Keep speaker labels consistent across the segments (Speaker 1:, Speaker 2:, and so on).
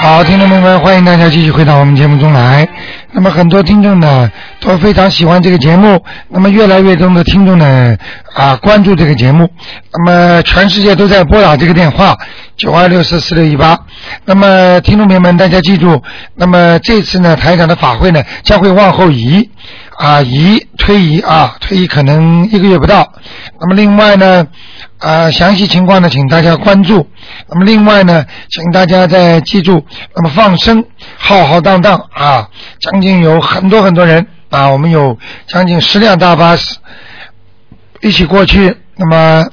Speaker 1: 好，听众朋友们，欢迎大家继续回到我们节目中来。那么很多听众呢都非常喜欢这个节目，那么越来越多的听众呢啊关注这个节目，那么全世界都在拨打这个电话九二六四四六一八。那么听众朋友们，大家记住，那么这次呢台长的法会呢将会往后移啊移推移啊推移可能一个月不到。那么另外呢啊详细情况呢请大家关注。那么另外呢，请大家再记住，那么放生浩浩荡荡啊，将近有很多很多人啊，我们有将近十辆大巴士一起过去，那么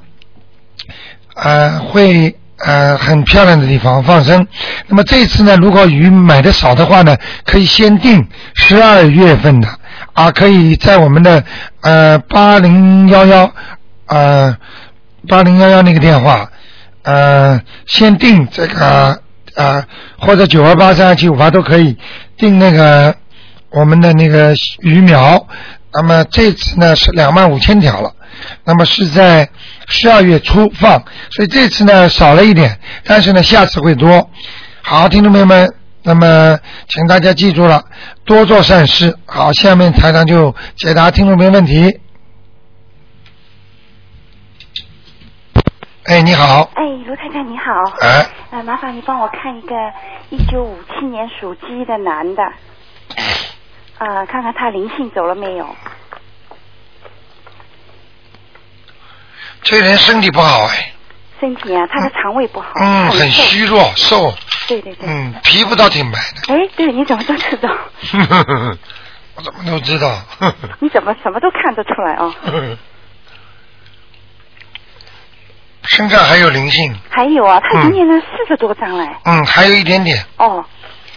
Speaker 1: 呃会呃很漂亮的地方放生。那么这次呢，如果鱼买的少的话呢，可以先定十二月份的啊，可以在我们的呃八零幺幺呃八零幺幺那个电话。呃，先定这个呃，或者九二八三二七五八都可以定那个我们的那个鱼苗。那么这次呢是两万五千条了，那么是在十二月初放，所以这次呢少了一点，但是呢下次会多。好，听众朋友们，那么请大家记住了，多做善事。好，下面台长就解答听众朋友问题。哎，你好，
Speaker 2: 哎，卢太太你好，
Speaker 1: 哎，
Speaker 2: 呃，麻烦你帮我看一个一九五七年属鸡的男 的，呃，看看他灵性走了没有？
Speaker 1: 这人身体不好哎，
Speaker 2: 身体啊，他的肠胃不好，
Speaker 1: 嗯，
Speaker 2: 很
Speaker 1: 很
Speaker 2: 瘦
Speaker 1: 虚弱，瘦，
Speaker 2: 对对对。
Speaker 1: 嗯，皮肤倒挺白的，
Speaker 2: 哎，对，你怎么都知道？
Speaker 1: 我怎么都知道。
Speaker 2: 你怎么什么都看得出来哦？
Speaker 1: 身上还有灵性，
Speaker 2: 还有啊，他
Speaker 1: 嗯
Speaker 2: 已经念了四十多张了、哎
Speaker 1: 嗯，还有一点点。
Speaker 2: 哦，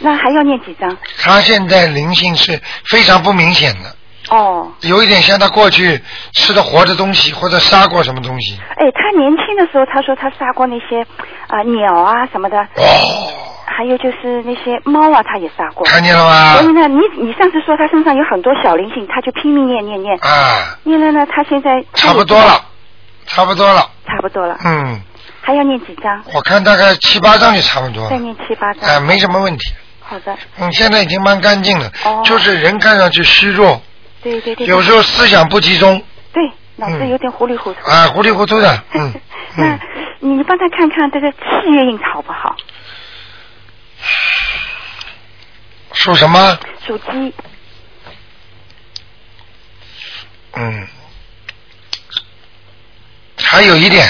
Speaker 2: 那还要念几张？
Speaker 1: 他现在灵性是非常不明显的，
Speaker 2: 哦，
Speaker 1: 有一点像他过去吃的活的东西或者杀过什么东西。
Speaker 2: 哎，他年轻的时候，他说他杀过那些啊、鸟啊什么的，
Speaker 1: 哦，
Speaker 2: 还有就是那些猫啊，他也杀过。
Speaker 1: 看见了
Speaker 2: 所以
Speaker 1: 吗？
Speaker 2: 呢，你你上次说他身上有很多小灵性，他就拼命念念念，
Speaker 1: 啊，
Speaker 2: 念了呢，他现在他
Speaker 1: 差
Speaker 2: 也
Speaker 1: 不多了，差不多了。
Speaker 2: 差不多了，
Speaker 1: 嗯，
Speaker 2: 还要念几张？
Speaker 1: 我看大概七八张就差不多
Speaker 2: 再
Speaker 1: 了，
Speaker 2: 念七八张。
Speaker 1: 哎，没什么问题。
Speaker 2: 好的，
Speaker 1: 嗯，现在已经蛮干净了，
Speaker 2: 哦
Speaker 1: 就是人看上去虚弱，
Speaker 2: 对对对，
Speaker 1: 有时候思想不集中，
Speaker 2: 对脑子有点糊里糊涂。
Speaker 1: 啊，糊里糊涂的， 嗯
Speaker 2: 那
Speaker 1: 嗯，
Speaker 2: 你帮他看看这个气运好不好？
Speaker 1: 属什么？
Speaker 2: 属鸡，
Speaker 1: 嗯，还有一点，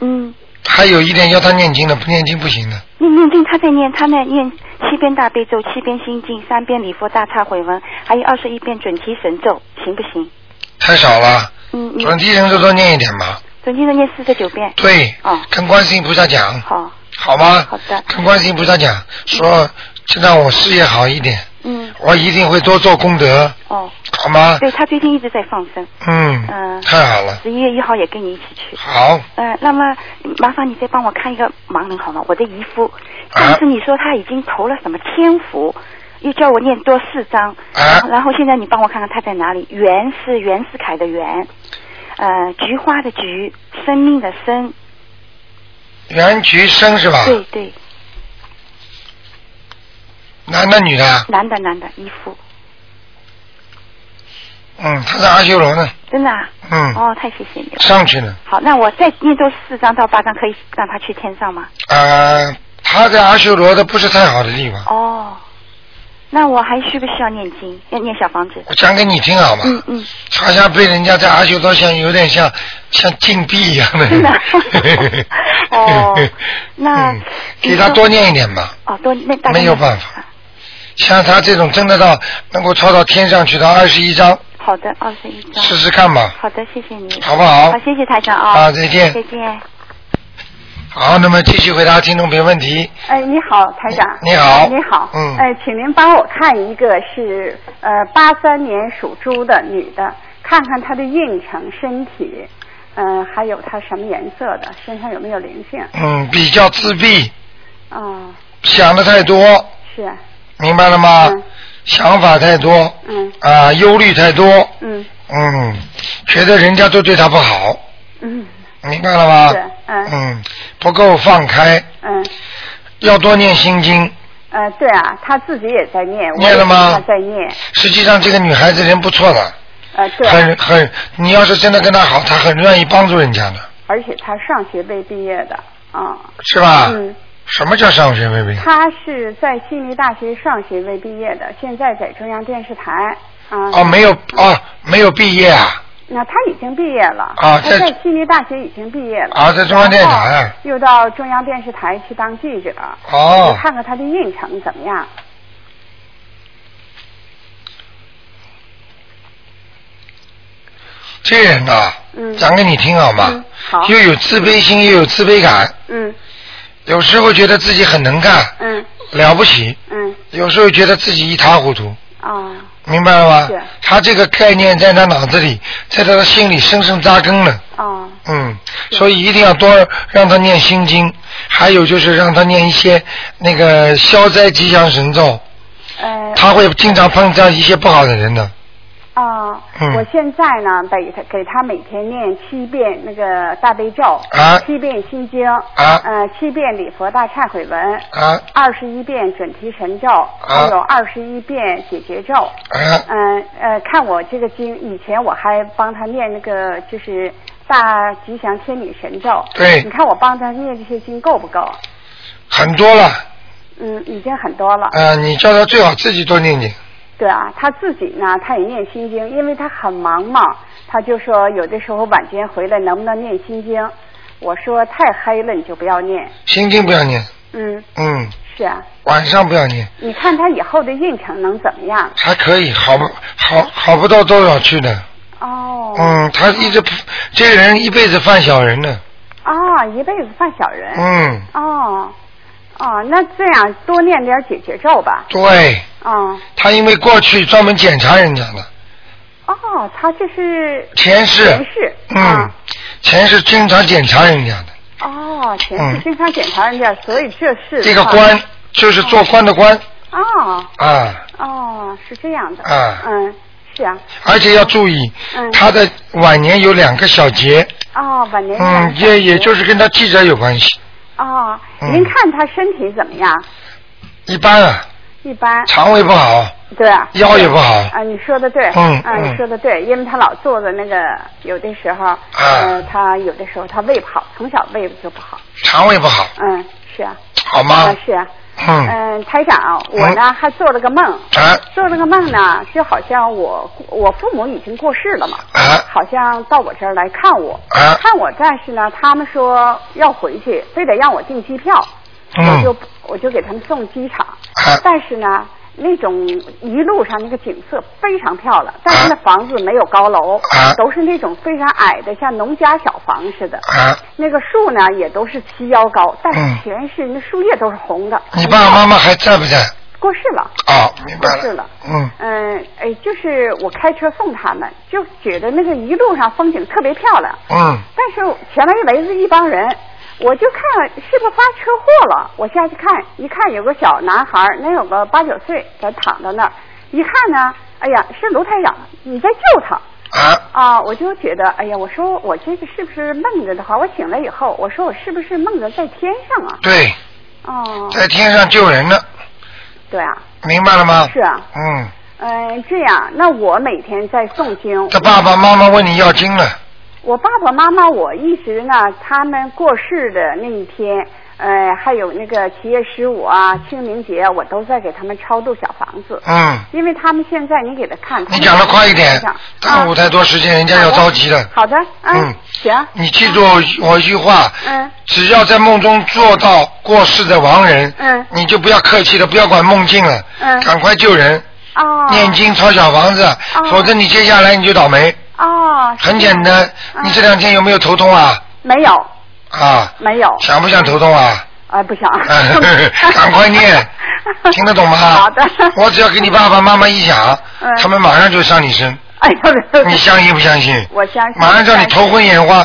Speaker 2: 嗯，
Speaker 1: 还有一点要他念经的，不念经不行的，
Speaker 2: 念念经他在念，他呢念七遍大悲咒，七遍心经，三遍礼佛大忏悔文，还有二十一遍准提神咒，行不行？
Speaker 1: 太少了。
Speaker 2: 嗯，你
Speaker 1: 准提神咒多念一点吧。
Speaker 2: 准提神念四十九遍。
Speaker 1: 对
Speaker 2: 哦，
Speaker 1: 跟观世音菩萨讲，
Speaker 2: 好，
Speaker 1: 好吗？
Speaker 2: 好的
Speaker 1: 跟观世音菩萨讲，说就让我事业好一点，
Speaker 2: 嗯，
Speaker 1: 我一定会多做功德，
Speaker 2: 哦，
Speaker 1: 好吗？
Speaker 2: 对他最近一直在放生。
Speaker 1: 嗯，
Speaker 2: 嗯
Speaker 1: 太好了，
Speaker 2: 十一月一号也跟你一起去。
Speaker 1: 好，
Speaker 2: 呃，那么麻烦你再帮我看一个盲人好吗？我的姨夫，
Speaker 1: 啊
Speaker 2: 上次你说他已经投了什么天福，又叫我念多四章，
Speaker 1: 啊
Speaker 2: 然后现在你帮我看看他在哪里？袁是袁世凯的袁，呃，菊花的菊，生命的生，
Speaker 1: 袁菊生是吧？
Speaker 2: 对对，
Speaker 1: 男的女的啊？
Speaker 2: 男的男的姨夫，
Speaker 1: 嗯，他在阿修罗呢，
Speaker 2: 真的、啊，
Speaker 1: 嗯，
Speaker 2: 哦，太谢谢你了。
Speaker 1: 上去呢。
Speaker 2: 好，那我再念多四章到八章，可以让他去天上吗？
Speaker 1: 呃，他在阿修罗的不是太好的地方，
Speaker 2: 哦，那我还需不需要念经？要念小房子？
Speaker 1: 我讲给你听好吗？
Speaker 2: 嗯嗯。
Speaker 1: 好像被人家在阿修罗像有点像像禁闭一样的。
Speaker 2: 真的 哦那
Speaker 1: 嗯
Speaker 2: 你
Speaker 1: 给他
Speaker 2: 说
Speaker 1: 多念一点吧。
Speaker 2: 哦，多那大概
Speaker 1: 没有办法。像他这种真的到能够超到天上去到二十一章，
Speaker 2: 好的，二十一张。
Speaker 1: 试试看吧，
Speaker 2: 好的，谢谢你。
Speaker 1: 好不好
Speaker 2: 好，？谢谢台长啊。
Speaker 1: 啊，再见
Speaker 2: 再。见。
Speaker 1: 好，那么继续回答听众朋友问题。
Speaker 3: 哎，你好，台长。
Speaker 1: 你好
Speaker 3: 你好。
Speaker 1: 嗯
Speaker 3: 呃，请您帮我看一个是呃八三年属猪的女的，看看她的运程、身体，嗯、还有她什么颜色的，身上有没有灵性？
Speaker 1: 嗯，比较自闭，
Speaker 3: 哦，
Speaker 1: 想的太多，
Speaker 3: 是啊。
Speaker 1: 明白了吗？
Speaker 3: 嗯
Speaker 1: 想法太多，
Speaker 3: 嗯
Speaker 1: 啊、忧虑太多，
Speaker 3: 嗯
Speaker 1: 嗯，觉得人家都对他不好，
Speaker 3: 嗯
Speaker 1: 明白了吗？
Speaker 3: 是嗯
Speaker 1: 嗯，不够放开，
Speaker 3: 嗯
Speaker 1: 要多念心经。
Speaker 3: 呃，对啊，他自己也在念，我
Speaker 1: 念
Speaker 3: 也
Speaker 1: 了
Speaker 3: 跟
Speaker 1: 吗
Speaker 3: 他在念，
Speaker 1: 实际上这个女孩子人不错的，
Speaker 3: 呃，对啊、
Speaker 1: 很很，你要是真的跟她好，她很愿意帮助人家的，
Speaker 3: 而且他上学被毕业的啊，
Speaker 1: 是吧？
Speaker 3: 嗯，
Speaker 1: 什么叫上学未毕业？
Speaker 3: 他是在悉尼大学上学位毕业的，现在在中央电视台啊。
Speaker 1: 哦，没有哦，没有毕业啊，
Speaker 3: 那他已经毕业了
Speaker 1: 啊
Speaker 3: 他
Speaker 1: 在
Speaker 3: 在悉尼大学已经毕业了
Speaker 1: 啊在中央电视台
Speaker 3: 然后又到中央电视台去当记者，就
Speaker 1: 哦，
Speaker 3: 看看他的运程怎么样。
Speaker 1: 这人呐、
Speaker 3: 嗯
Speaker 1: 讲给你听好吗？
Speaker 3: 嗯好
Speaker 1: 又有自卑心，又有自卑感，
Speaker 3: 嗯
Speaker 1: 有时候觉得自己很能干，
Speaker 3: 嗯
Speaker 1: 了不起，
Speaker 3: 嗯
Speaker 1: 有时候觉得自己一塌糊涂，
Speaker 3: 啊
Speaker 1: 明白了
Speaker 3: 是
Speaker 1: 吗？他这个概念在他脑子里，在他的心里深深扎根了。
Speaker 3: 啊
Speaker 1: 嗯，所以一定要多让他念心经，还有就是让他念一些那个消灾吉祥神咒，
Speaker 3: 呃
Speaker 1: 他会经常碰到一些不好的人的。
Speaker 3: 啊
Speaker 1: 嗯！
Speaker 3: 我现在呢，给他给他每天念七遍那个大悲咒，
Speaker 1: 啊
Speaker 3: 七遍心经，
Speaker 1: 啊
Speaker 3: 呃，七遍礼佛大忏悔文，
Speaker 1: 啊
Speaker 3: 二十一遍准提神咒，还有二十一遍解结咒。
Speaker 1: 啊
Speaker 3: 嗯呃看我这个经，以前我还帮他念那个就是大吉祥天女神咒。
Speaker 1: 对
Speaker 3: 你看我帮他念这些经够不够？
Speaker 1: 很多了，
Speaker 3: 嗯，已经很多了。
Speaker 1: 呃，你叫他最好自己多念念。
Speaker 3: 对啊，他自己呢，他也念心经，因为他很忙嘛，他就说有的时候晚间回来能不能念心经？我说太黑了，你就不要念。
Speaker 1: 心经不要念，
Speaker 3: 嗯，
Speaker 1: 嗯，
Speaker 3: 是啊，
Speaker 1: 晚上不要念，
Speaker 3: 你看他以后的运程能怎么样？
Speaker 1: 还可以，好不好好不到多少去的。
Speaker 3: 哦，
Speaker 1: 嗯，他一直这个人一辈子犯小人呢。
Speaker 3: 啊，一辈子犯小人。
Speaker 1: 嗯，
Speaker 3: 哦，哦，那这样多念点解决咒吧。
Speaker 1: 对，
Speaker 3: 哦，
Speaker 1: 他因为过去专门检查人家的
Speaker 3: 哦，他这是
Speaker 1: 前世。
Speaker 3: 前世。
Speaker 1: 嗯
Speaker 3: 啊，
Speaker 1: 钱是经常检查人家的，
Speaker 3: 哦，前
Speaker 1: 嗯
Speaker 3: 世经常检查人家，所以这是
Speaker 1: 这个官就是做官的官
Speaker 3: 哦
Speaker 1: 啊，
Speaker 3: 哦，是这样的。
Speaker 1: 啊
Speaker 3: 嗯，是啊。
Speaker 1: 而且要注意，
Speaker 3: 嗯
Speaker 1: 他的晚年有两个小节，
Speaker 3: 哦，晚年
Speaker 1: 嗯，也也就是是跟他记者有关系，
Speaker 3: 哦，
Speaker 1: 嗯
Speaker 3: 您看他身体怎么样？
Speaker 1: 一般啊，
Speaker 3: 一般，
Speaker 1: 肠胃不好，
Speaker 3: 对啊。
Speaker 1: 腰也不好，
Speaker 3: 啊，你说的对，
Speaker 1: 嗯
Speaker 3: 啊，
Speaker 1: 嗯啊
Speaker 3: 你说的对，因为他老坐着那个，有的时候，呃，他有的时候他胃不好，从小胃就不好，
Speaker 1: 肠胃不好，
Speaker 3: 嗯，是啊，
Speaker 1: 好
Speaker 3: 啊
Speaker 1: 吗？
Speaker 3: 是啊，
Speaker 1: 嗯，
Speaker 3: 嗯，台长，我呢还做了个梦，
Speaker 1: 啊
Speaker 3: 做了个梦呢，就好像我我父母已经过世了嘛，
Speaker 1: 啊
Speaker 3: 好像到我这儿来看我，
Speaker 1: 啊
Speaker 3: 看我，但是呢，他们说要回去，非得让我订机票，我
Speaker 1: 嗯
Speaker 3: 就我就给他们送机场，
Speaker 1: 啊
Speaker 3: 但是呢，那种一路上那个景色非常漂亮，但是那房子没有高楼，
Speaker 1: 啊
Speaker 3: 都是那种非常矮的，像农家小房似的。
Speaker 1: 啊，
Speaker 3: 那个树呢，也都是齐腰高，但
Speaker 1: 嗯
Speaker 3: 是全是、那树叶都是红的。
Speaker 1: 你爸爸妈妈还在不在？
Speaker 3: 过世了。
Speaker 1: 哦，明白
Speaker 3: 过世
Speaker 1: 了
Speaker 3: 了，
Speaker 1: 嗯，
Speaker 3: 嗯，哎，就是我开车送他们，就觉得那个一路上风景特别漂亮，
Speaker 1: 嗯，
Speaker 3: 但是前面围着一帮人，我就看是不是发车祸了。我下去看，一看有个小男孩儿，能有个八九岁，在躺到那儿，一看呢，哎呀，是卢台长，你在救他。
Speaker 1: 啊
Speaker 3: 啊，我就觉得，哎呀，我说我这个是不是梦着的话，我醒来以后，我说我是不是梦着在天上啊？
Speaker 1: 对，
Speaker 3: 哦，
Speaker 1: 在天上救人呢，
Speaker 3: 对啊，
Speaker 1: 明白了吗？
Speaker 3: 是啊，
Speaker 1: 嗯，
Speaker 3: 嗯、这样，那我每天在诵经，
Speaker 1: 他爸爸妈妈问你要经了。
Speaker 3: 我爸爸妈妈，我一直呢，他们过世的那一天，呃，还有那个七月十五啊、清明节，我都在给他们超度小房子，
Speaker 1: 嗯，
Speaker 3: 因为他们现在你给他看，他
Speaker 1: 你
Speaker 3: 们
Speaker 1: 讲的快一点
Speaker 3: 想，
Speaker 1: 耽误
Speaker 3: 啊
Speaker 1: 太多时间，人家要着急的。
Speaker 3: 好的，啊
Speaker 1: 嗯
Speaker 3: 行，
Speaker 1: 你记住我一句话，
Speaker 3: 嗯
Speaker 1: 只要在梦中做到过世的亡人，
Speaker 3: 嗯
Speaker 1: 你就不要客气了，不要管梦境了，
Speaker 3: 嗯
Speaker 1: 赶快救人，
Speaker 3: 哦，
Speaker 1: 念经抄小房子，否则你接下来你就倒霉。
Speaker 3: 哦，
Speaker 1: 很简单，
Speaker 3: 嗯
Speaker 1: 你这两天有没有头痛啊？
Speaker 3: 没有
Speaker 1: 啊，
Speaker 3: 没有，
Speaker 1: 想不想头痛啊？，
Speaker 3: 啊不想
Speaker 1: 赶快念，听得懂吗？
Speaker 3: 好的，
Speaker 1: 我只要给你爸爸妈妈一讲，
Speaker 3: 嗯
Speaker 1: 他们马上就上你身，
Speaker 3: 哎呦，
Speaker 1: 你相信不相信？
Speaker 3: 我相信，
Speaker 1: 马上叫你头
Speaker 3: 头
Speaker 1: 昏眼花，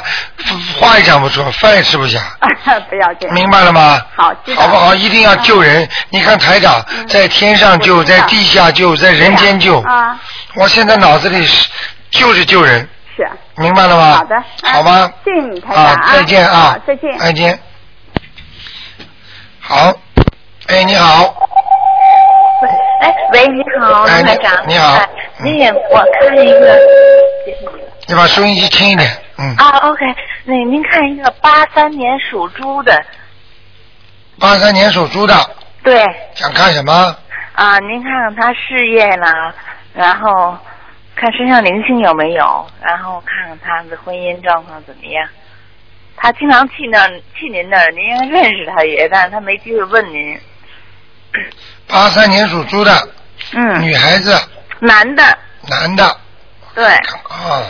Speaker 1: 话也讲不出，饭也吃不下，
Speaker 3: 不要紧，
Speaker 1: 明白了吗？
Speaker 3: 好知道
Speaker 1: 好不好？一定要救人。你看台长在天上救，
Speaker 3: 我知道
Speaker 1: 在地下救，在人间救。
Speaker 3: 啊，
Speaker 1: 我现在脑子里是就是救人，
Speaker 3: 是啊。
Speaker 1: 明白了吗？
Speaker 3: 好的，嗯
Speaker 1: 好吧。啊
Speaker 3: 谢谢你，台长啊
Speaker 1: 啊，再见啊
Speaker 3: 好，再见，
Speaker 1: 再见。好，哎，你好，
Speaker 4: 哎，喂，你好，
Speaker 1: 哎
Speaker 4: 陆台
Speaker 1: 你
Speaker 4: 长。
Speaker 1: 你好嗯
Speaker 4: 哎那个，我看一个。
Speaker 1: 你把收音机轻一点，嗯，
Speaker 4: 啊，OK，那您看一个八三年属猪的，
Speaker 1: 八三年属猪的，
Speaker 4: 对，
Speaker 1: 想看什么？
Speaker 4: 啊，您看看他事业啦，然后看身上灵性有没有，然后看看他的婚姻状况怎么样。他经常去那儿去您那儿，您应该认识他也，但是他没机会问您。
Speaker 1: 八三年属猪的
Speaker 4: 嗯，
Speaker 1: 女孩子，
Speaker 4: 男的，
Speaker 1: 男的，
Speaker 4: 对，
Speaker 1: 啊，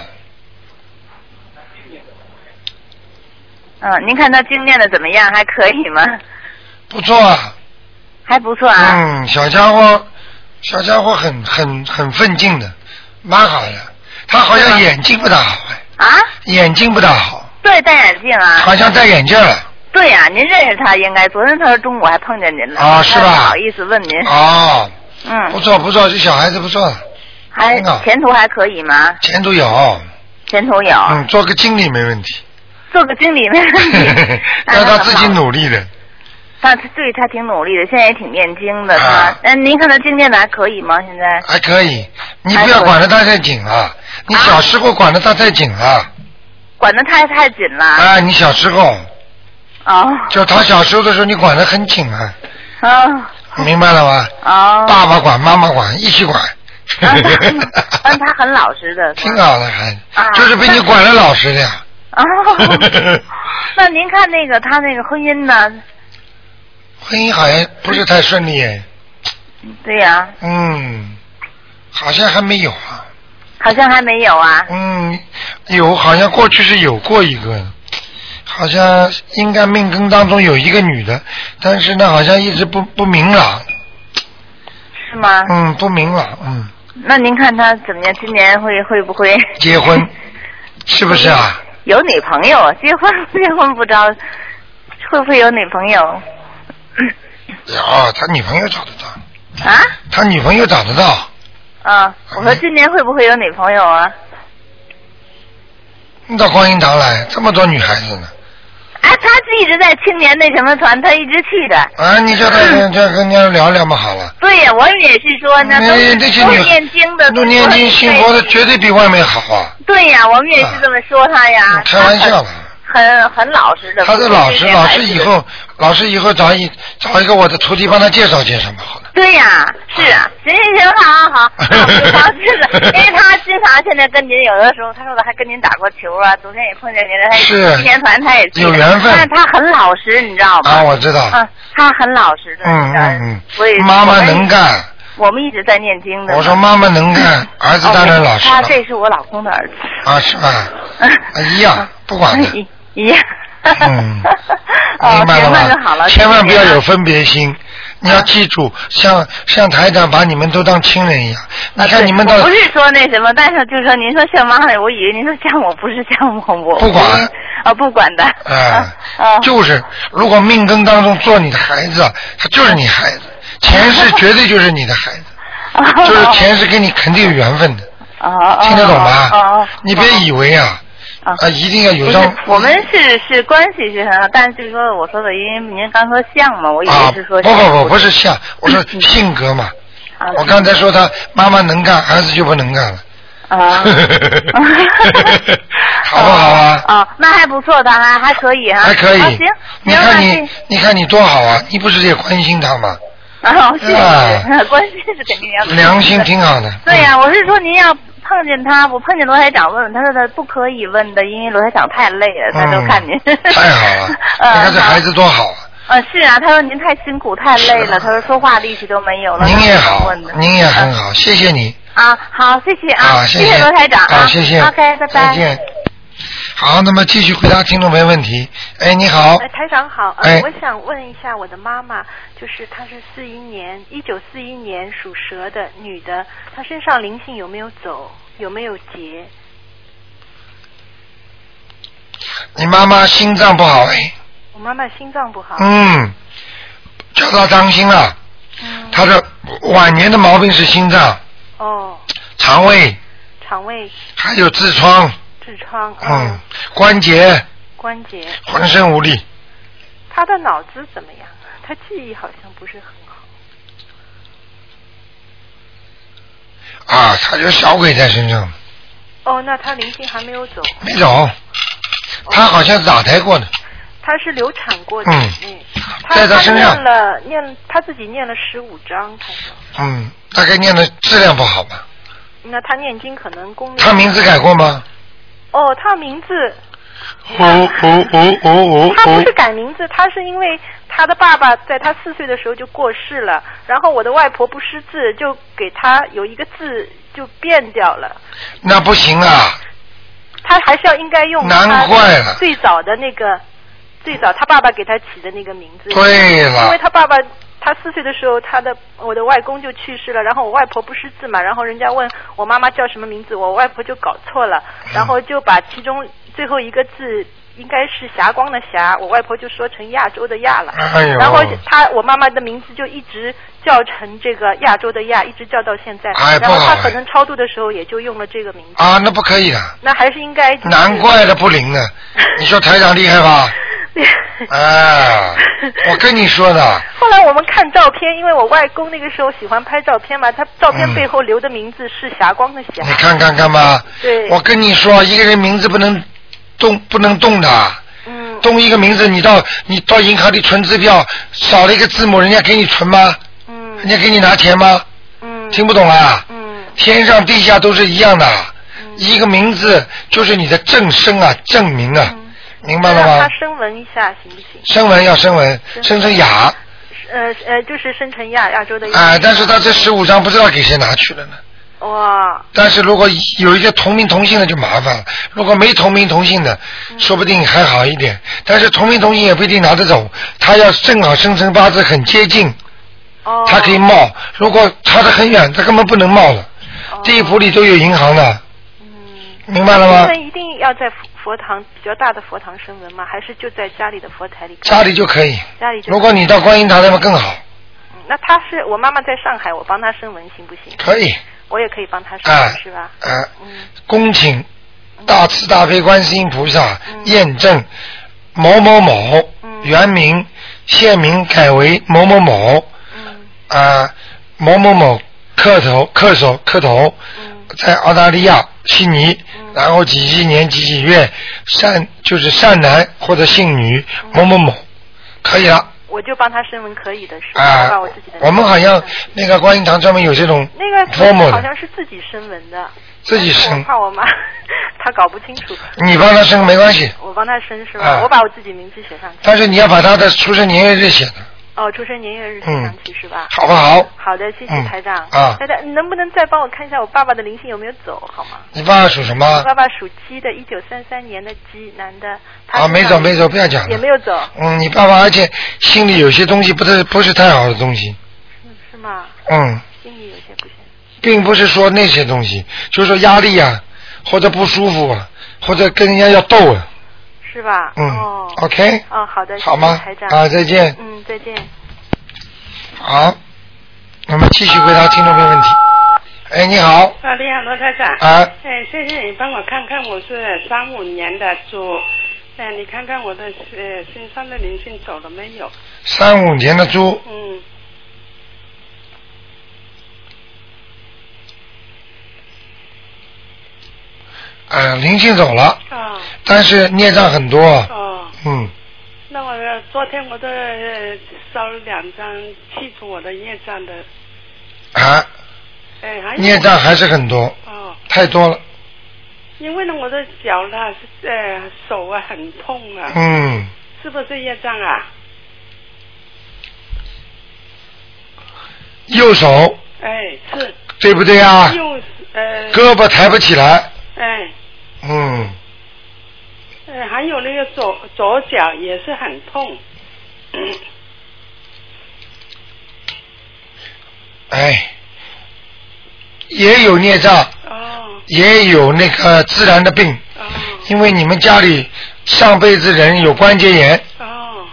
Speaker 4: 嗯，您看他经验的怎么样？还可以吗？
Speaker 1: 不错啊，
Speaker 4: 还不错啊。
Speaker 1: 嗯，小家伙，小家伙很很很奋进的，蛮好的。他好像眼睛不大好，哎
Speaker 4: 啊，
Speaker 1: 眼睛不大好，
Speaker 4: 对，戴眼镜啊。
Speaker 1: 好像戴眼镜了。
Speaker 4: 对呀、您认识他应该，昨天他说中午还碰见您了。嗯
Speaker 1: 啊是吧
Speaker 4: 不好意思问您。
Speaker 1: 哦，不
Speaker 4: 嗯，
Speaker 1: 错不错，这小孩子不错，
Speaker 4: 还
Speaker 1: 嗯啊
Speaker 4: 前途还可以吗？
Speaker 1: 前途有，
Speaker 4: 前途有。
Speaker 1: 嗯，做个经理没 问题，。
Speaker 4: 做个经理没问题
Speaker 1: 要他自己努力的。
Speaker 4: 他对他挺努力的，现在也挺念经的。
Speaker 1: 啊
Speaker 4: 他，嗯，您看他经念的还可以吗？现在
Speaker 1: 还可以，你
Speaker 4: 还
Speaker 1: 不要
Speaker 4: 可以啊
Speaker 1: 管得他太紧了。你小时候管得他太紧了，
Speaker 4: 管得太太紧了。
Speaker 1: 啊，你小时候
Speaker 4: 哦，
Speaker 1: 就他小时候的时候，你管得很紧啊，
Speaker 4: 哦，
Speaker 1: 你明白了吗？
Speaker 4: 哦。
Speaker 1: 爸爸管，妈妈管， 一起管。
Speaker 4: 嗯。但他很老实的。
Speaker 1: 挺好的，还
Speaker 4: 啊
Speaker 1: 就是被你管得老实的呀。
Speaker 4: 哦， 那您看那个他那个婚姻呢？
Speaker 1: 婚姻好像不是太顺利哎，
Speaker 4: 对呀、
Speaker 1: 嗯，好像还没有啊，
Speaker 4: 好像还没有啊。
Speaker 1: 嗯，有好像过去是有过一个，好像应该命根当中有一个女的，但是呢好像一直不不明朗，
Speaker 4: 是吗？
Speaker 1: 嗯，不明朗，嗯，
Speaker 4: 那您看他怎么样？今年会会不会
Speaker 1: 结婚是不是啊？
Speaker 4: 有女朋友啊？结婚结婚不着，会不会有女朋友？嗯
Speaker 1: 有，他女朋友找得到，
Speaker 4: 啊？
Speaker 1: 他女朋友找得到，
Speaker 4: 啊！我说今年会不会有女朋友啊？
Speaker 1: 你到观音堂来，这么多女孩子呢。
Speaker 4: 哎，他是一直在青年那什么团，他一直去的。
Speaker 1: 啊，你叫他 这这跟人家聊聊嘛，好了。
Speaker 4: 对呀，我也是说呢，都
Speaker 1: 那
Speaker 4: 是
Speaker 1: 嗯那些
Speaker 4: 都
Speaker 1: 女
Speaker 4: 是念经的，
Speaker 1: 都念经信佛
Speaker 4: 的。
Speaker 1: 的，绝对比外面好啊！
Speaker 4: 对呀，我们也是这么说他呀
Speaker 1: 你。嗯开玩笑了，
Speaker 4: 他很。很很老实的。
Speaker 1: 他是老实，
Speaker 4: 不
Speaker 1: 老
Speaker 4: 孩
Speaker 1: 实
Speaker 4: 子
Speaker 1: 以后，老实以后找一找一个我的徒弟帮他介绍介绍嘛，好了。
Speaker 4: 对呀，是啊，行行行，好好 好，那我就高兴了，因为他经常现在跟您有的时候，他说的还跟您打过球啊，昨天也碰见您了，他
Speaker 1: 是
Speaker 4: 也青年团他也去了，
Speaker 1: 有缘分
Speaker 4: 但是他很老实，你知道吗？
Speaker 1: 啊，我知道。
Speaker 4: 啊，他很老实的，
Speaker 1: 嗯
Speaker 4: 你知道
Speaker 1: 嗯
Speaker 4: 所以
Speaker 1: 嗯，妈妈能
Speaker 4: 干，
Speaker 1: 干。
Speaker 4: 我们一直在念经的。哦
Speaker 1: 我说妈妈能干，儿子当然老实
Speaker 4: 他
Speaker 1: 了
Speaker 4: 这是我老公的儿子。
Speaker 1: 啊，是吧？啊一
Speaker 4: 嗯
Speaker 1: 样， 不管的，
Speaker 4: 一一样。
Speaker 1: 嗯
Speaker 4: 哦，
Speaker 1: 明白了
Speaker 4: 行那就好
Speaker 1: 吗？
Speaker 4: 了，
Speaker 1: 千万不要
Speaker 4: 谢谢啊
Speaker 1: 有分别心，你
Speaker 4: 嗯
Speaker 1: 要记住，像像台长把你们都当亲人一样。你看你们到
Speaker 4: 啊我不是说那什么，但是就说您说像妈妈，我以为您说像我，不是像我，我
Speaker 1: 不管
Speaker 4: 啊，不管的，
Speaker 1: 哎
Speaker 4: 啊，
Speaker 1: 就是如果命根当中做你的孩子，他就是你孩子，前世绝对就是你的孩 子，
Speaker 4: 啊
Speaker 1: 就是前世跟你肯定有缘分的，
Speaker 4: 啊，
Speaker 1: 听得懂
Speaker 4: 哦哦
Speaker 1: 吗
Speaker 4: 哦？
Speaker 1: 你别以为啊，
Speaker 4: 啊
Speaker 1: 啊，一定要
Speaker 4: 不
Speaker 1: 有
Speaker 4: 是
Speaker 1: 张，
Speaker 4: 我们是是关系是很好，但是就是说我说的，因为您刚说像嘛，我以
Speaker 1: 啊，
Speaker 4: 为是嗯
Speaker 1: 不
Speaker 4: 说
Speaker 1: 不不，不
Speaker 4: 是
Speaker 1: 是像，我说性格嘛，
Speaker 4: 啊
Speaker 1: 我刚才说他妈妈能干，儿子就不能干了，，
Speaker 4: 啊
Speaker 1: 好不好啊
Speaker 4: 哦哦那还不错的，还还可以啊，
Speaker 1: 还可以
Speaker 4: 啊行，，
Speaker 1: 你
Speaker 4: 行那这
Speaker 1: 看你，你看你多好啊，你不是也关心他 吗？
Speaker 4: 啊，谢
Speaker 1: 啊
Speaker 4: 谢， 关心是肯定要关心的
Speaker 1: 良心挺好的，
Speaker 4: 对呀、我是说您要碰见他，我碰见罗台长问问，他说他不可以问的，因为罗台长太累了，他就看嗯您。
Speaker 1: 嗯太好 了，你看这孩子多好啊！
Speaker 4: 呃，是啊，他说您太辛苦太累了，他说说话力气都没有了。
Speaker 1: 啊您也
Speaker 4: 他就
Speaker 1: 好
Speaker 4: 问的，
Speaker 1: 您也很好，谢谢你
Speaker 4: 啊，好，谢谢啊，
Speaker 1: 谢
Speaker 4: 谢罗台长
Speaker 1: 啊，谢谢
Speaker 4: OK，拜拜。
Speaker 1: 再见。好，那么继续回答听众朋友问题。哎，你好，
Speaker 5: 哎，台长好，呃、
Speaker 1: 哎
Speaker 5: 我想问一下我的妈妈，就是她是四一年，一九四一年属蛇的女的，她身上灵性有没有走，有没有结？
Speaker 1: 你妈妈心脏不好哎，
Speaker 5: 我妈妈心脏不
Speaker 4: 哦
Speaker 5: 好，
Speaker 1: 嗯，叫她当心啊，
Speaker 5: 嗯，
Speaker 1: 她的晚年的毛病是心脏、
Speaker 5: 哦，
Speaker 1: 肠胃，
Speaker 5: 肠胃、
Speaker 1: 还有痔疮，
Speaker 5: 痔疮，呃
Speaker 1: 嗯，，关节
Speaker 5: 关节，
Speaker 1: 浑身无力，
Speaker 5: 她的脑子怎么样？他记忆好像不是很好。
Speaker 1: 啊，他有小鬼在身上，
Speaker 5: 哦，那他灵性还没有走，
Speaker 1: 没走，他好像打胎过呢，
Speaker 5: 他是流产过的。
Speaker 1: 嗯
Speaker 5: 嗯，
Speaker 1: 在他
Speaker 5: 他他
Speaker 1: 身上
Speaker 5: 念了念，他自己念了十五章，他说。
Speaker 1: 嗯，大概念的质量不好吧？
Speaker 5: 那他念经可能功力。
Speaker 1: 他名字改过吗？
Speaker 5: 哦，他名字
Speaker 1: 哦哦哦哦哦
Speaker 5: 他不是改名字，他是因为他的爸爸在他四岁的时候就过世了，然后我的外婆不识字，就给他有一个字就变掉了。
Speaker 1: 那不行啊！
Speaker 5: 他还是要应该用他
Speaker 1: 难怪啊了
Speaker 5: 最早的那个，最早他爸爸给他起的那个名字。
Speaker 1: 对了
Speaker 5: 因为他爸爸。他四岁的时候，他的我的外公就去世了，然后我外婆不识字嘛，然后人家问我妈妈叫什么名字，我外婆就搞错了，
Speaker 1: 嗯
Speaker 5: 然后就把其中最后一个字应该是霞光的霞，我外婆就说成亚洲的亚了，
Speaker 1: 哎呦
Speaker 5: 然后他我妈妈的名字就一直叫成这个亚洲的亚，一直叫到现在，
Speaker 1: 哎
Speaker 5: 然后
Speaker 1: 不好
Speaker 5: 他
Speaker 1: 哎
Speaker 5: 可能超度的时候也就用了这个名字。
Speaker 1: 啊，那不可以的，
Speaker 5: 那还是应该、就是
Speaker 1: 难怪的不灵呢。你说台长厉害吧？啊，我跟你说的，
Speaker 5: 后来我们看照片，因为我外公那个时候喜欢拍照片嘛，他照片背后留的名字是霞光的霞。
Speaker 1: 你看看看吧。
Speaker 5: 对
Speaker 1: 我跟你说，一个人名字不能动，不能动的。
Speaker 5: 嗯，
Speaker 1: 动一个名字，你到你到银行里存支票，少了一个字母，人家给你存吗？
Speaker 5: 嗯
Speaker 1: 人家给你拿钱吗？
Speaker 5: 嗯
Speaker 1: 听不懂啊？
Speaker 5: 嗯
Speaker 1: 天上地下都是一样的，一个名字就是你的正声啊，证明啊，
Speaker 5: 嗯，
Speaker 1: 明白
Speaker 5: 那
Speaker 1: 了
Speaker 5: 让他
Speaker 1: 吗？
Speaker 5: 声纹一下行不行？
Speaker 1: 声纹要声纹，
Speaker 5: 是
Speaker 1: 声声雅
Speaker 5: 呃呃，就是生辰亚亚洲的亚。
Speaker 1: 啊，但是他这十五张不知道给谁拿去了呢。
Speaker 5: 哇，
Speaker 1: 但是如果有一些同名同姓的就麻烦了，如果没同名同姓的，
Speaker 5: 嗯
Speaker 1: 说不定还好一点。但是同名同姓也不一定拿得走，他要正好生辰八字很接近，
Speaker 5: 哦，
Speaker 1: 他可以冒；如果差得很远，他根本不能冒了。
Speaker 5: 哦
Speaker 1: 地府里都有银行的，
Speaker 5: 嗯。
Speaker 1: 明白了
Speaker 5: 声
Speaker 1: 吗？
Speaker 5: 纹一定要在佛佛堂比较大的佛堂声纹吗？还是就在家里的佛台里？
Speaker 1: 家里就可以。
Speaker 5: 家里就
Speaker 1: 如果你到观音堂那边更好，
Speaker 5: 嗯那他是我妈妈在上海，我帮她声纹行不行？
Speaker 1: 可以
Speaker 5: 我也可以帮她声
Speaker 1: 啊
Speaker 5: 纹是吧？
Speaker 1: 啊，
Speaker 5: 嗯
Speaker 1: 恭请大慈大悲观世音菩萨
Speaker 5: 嗯
Speaker 1: 验证某某某
Speaker 5: 嗯
Speaker 1: 原名现名改为某某某。
Speaker 5: 嗯
Speaker 1: 啊，某某某磕头磕手磕头，
Speaker 5: 嗯
Speaker 1: 在澳大利亚悉尼，
Speaker 5: 嗯
Speaker 1: 然后几几年几几月，善就是善男或者姓女
Speaker 5: 嗯
Speaker 1: 某某某，可以了
Speaker 5: 我就帮他声纹可以的是吧？我
Speaker 1: 啊
Speaker 5: 把我自己的。
Speaker 1: 我们好像那个观音堂专门有这种
Speaker 5: 那个是
Speaker 1: formal
Speaker 5: 好
Speaker 1: 的，
Speaker 5: 像是自己声纹的，
Speaker 1: 自己
Speaker 5: 但是
Speaker 1: 生
Speaker 5: 我怕我妈 她搞不清楚，
Speaker 1: 你帮他生没关系，
Speaker 5: 我帮她生是吧？
Speaker 1: 啊
Speaker 5: 我把我自己名字写上去。
Speaker 1: 但是你要把他的出生年月日写的，
Speaker 5: 哦，出生年月日写
Speaker 1: 嗯
Speaker 5: 上去是吧？
Speaker 1: 好不好？
Speaker 5: 好的，谢谢
Speaker 1: 嗯
Speaker 5: 台长。
Speaker 1: 啊
Speaker 5: 台长，你能不能再帮我看一下我爸爸的灵性有没有走，好吗？
Speaker 1: 你爸爸属什么
Speaker 5: 我？爸爸属鸡的，一九三三年的鸡，男的。他
Speaker 1: 啊，
Speaker 5: 身
Speaker 1: 没走
Speaker 5: 上
Speaker 1: 没走，不要讲
Speaker 5: 也
Speaker 1: 了
Speaker 5: 没。有走，
Speaker 1: 嗯，你爸爸而且心里有些东西不是不是太好的东西，
Speaker 5: 是是吗？
Speaker 1: 嗯。
Speaker 5: 心里有些不行。
Speaker 1: 并不是说那些东西，就是说压力啊，或者不舒服啊，或者跟人家要斗啊，
Speaker 5: 是吧？
Speaker 1: 嗯、
Speaker 5: 哦
Speaker 1: o k
Speaker 5: 哦，好的，
Speaker 1: 好
Speaker 5: 谢
Speaker 1: 吗
Speaker 5: 谢台长？
Speaker 1: 啊，再见，
Speaker 5: 嗯，再见。
Speaker 1: 好，那么继续回答听众朋友问题。哎，你好，
Speaker 6: 啊，你好，罗台长。
Speaker 1: 啊，
Speaker 6: 哎，谢谢你帮我看看，我是三五年的猪。哎，你看看我的呃身上的灵性走了没有？
Speaker 1: 三五年的猪，
Speaker 6: 嗯，
Speaker 1: 呃，灵性走了，
Speaker 6: 啊，
Speaker 1: 但是孽障很多，
Speaker 6: 哦，
Speaker 1: 嗯，
Speaker 6: 那我的昨天我都呃烧了两张去除我的业障的，
Speaker 1: 啊，
Speaker 6: 哎，还有
Speaker 1: 孽障还是很多，
Speaker 6: 哦，
Speaker 1: 太多了，
Speaker 6: 因为呢我的脚呢是呃手啊很痛啊，
Speaker 1: 嗯，
Speaker 6: 是不是业障啊？
Speaker 1: 右手
Speaker 6: 哎，是
Speaker 1: 对不对啊？
Speaker 6: 右呃
Speaker 1: 胳膊抬不起来，
Speaker 6: 哎。
Speaker 1: 嗯，
Speaker 6: 呃，还有那个左左脚也是很痛，嗯
Speaker 1: 哎，也有孽障。
Speaker 6: 哦
Speaker 1: 也有那个自然的病，
Speaker 6: 哦
Speaker 1: 因为你们家里上辈子人有关节炎，
Speaker 6: 哦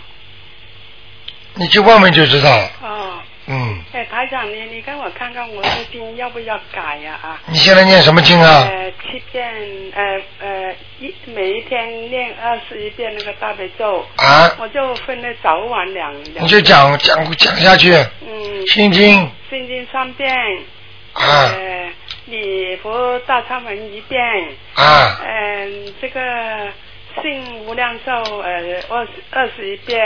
Speaker 1: 你去问问就知道了。
Speaker 6: 哦，
Speaker 1: 嗯，
Speaker 6: 哎，台长，你你看我看看我这经要不要改呀啊？
Speaker 1: 你现在念什么经啊？
Speaker 6: 呃，七遍，呃呃，一每一天念二十一遍那个大悲咒，
Speaker 1: 啊，
Speaker 6: 我就分了早晚两两。
Speaker 1: 你就讲讲讲下去，啊
Speaker 6: 嗯，
Speaker 1: 心经
Speaker 6: 心经三遍，
Speaker 1: 啊
Speaker 6: 呃，礼佛大忏文一遍，
Speaker 1: 啊
Speaker 6: 嗯、这个信无量寿呃二十二十一遍，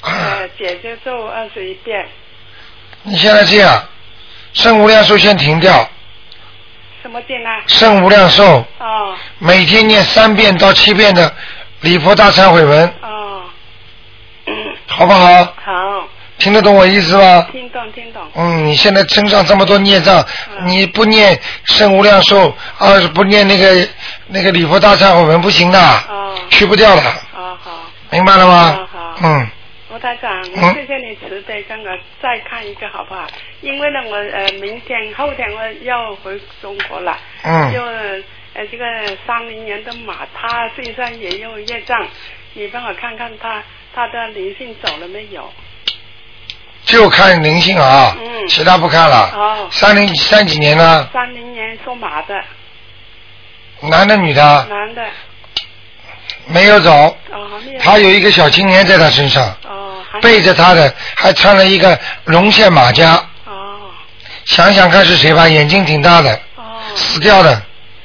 Speaker 1: 啊！
Speaker 6: 呃解结咒二十一遍，
Speaker 1: 你现在这样，圣无量寿先停掉，
Speaker 6: 什么经啊？
Speaker 1: 圣无量寿
Speaker 6: 哦
Speaker 1: 每天念三遍到七遍的礼佛大忏悔文，
Speaker 6: 哦，
Speaker 1: 好不好？
Speaker 6: 好，
Speaker 1: 听得懂我意思吗？
Speaker 6: 听懂听懂，嗯
Speaker 1: 嗯，你现在身上这么多孽障，你不念圣无量寿，啊，不念那个那个礼佛大忏悔文不行的，
Speaker 6: 哦
Speaker 1: 去不掉的，
Speaker 6: 哦好。
Speaker 1: 明白了吗
Speaker 6: 好？好
Speaker 1: 嗯，
Speaker 6: 罗台长，
Speaker 1: 嗯
Speaker 6: 谢谢你慈悲，跟我再看一个好不好？因为呢，我呃明天后天我要回中国了，
Speaker 1: 嗯
Speaker 6: 就呃这个三零年的马，他身上也有业障，你帮我看看他他的灵性走了没有？
Speaker 1: 就看灵性啊，
Speaker 6: 嗯
Speaker 1: 其他不看了。
Speaker 6: 哦，
Speaker 1: 三零三几年呢？
Speaker 6: 三零年属马的
Speaker 1: 男的女的？
Speaker 6: 男的，
Speaker 1: 没有走，
Speaker 6: 哦，没有
Speaker 1: 他有一个小青年在他身上，
Speaker 6: 哦，还
Speaker 1: 背着他的还穿了一个绒线马甲，
Speaker 6: 哦
Speaker 1: 想想看是谁吧，眼睛挺大的，
Speaker 6: 哦，
Speaker 1: 死掉的，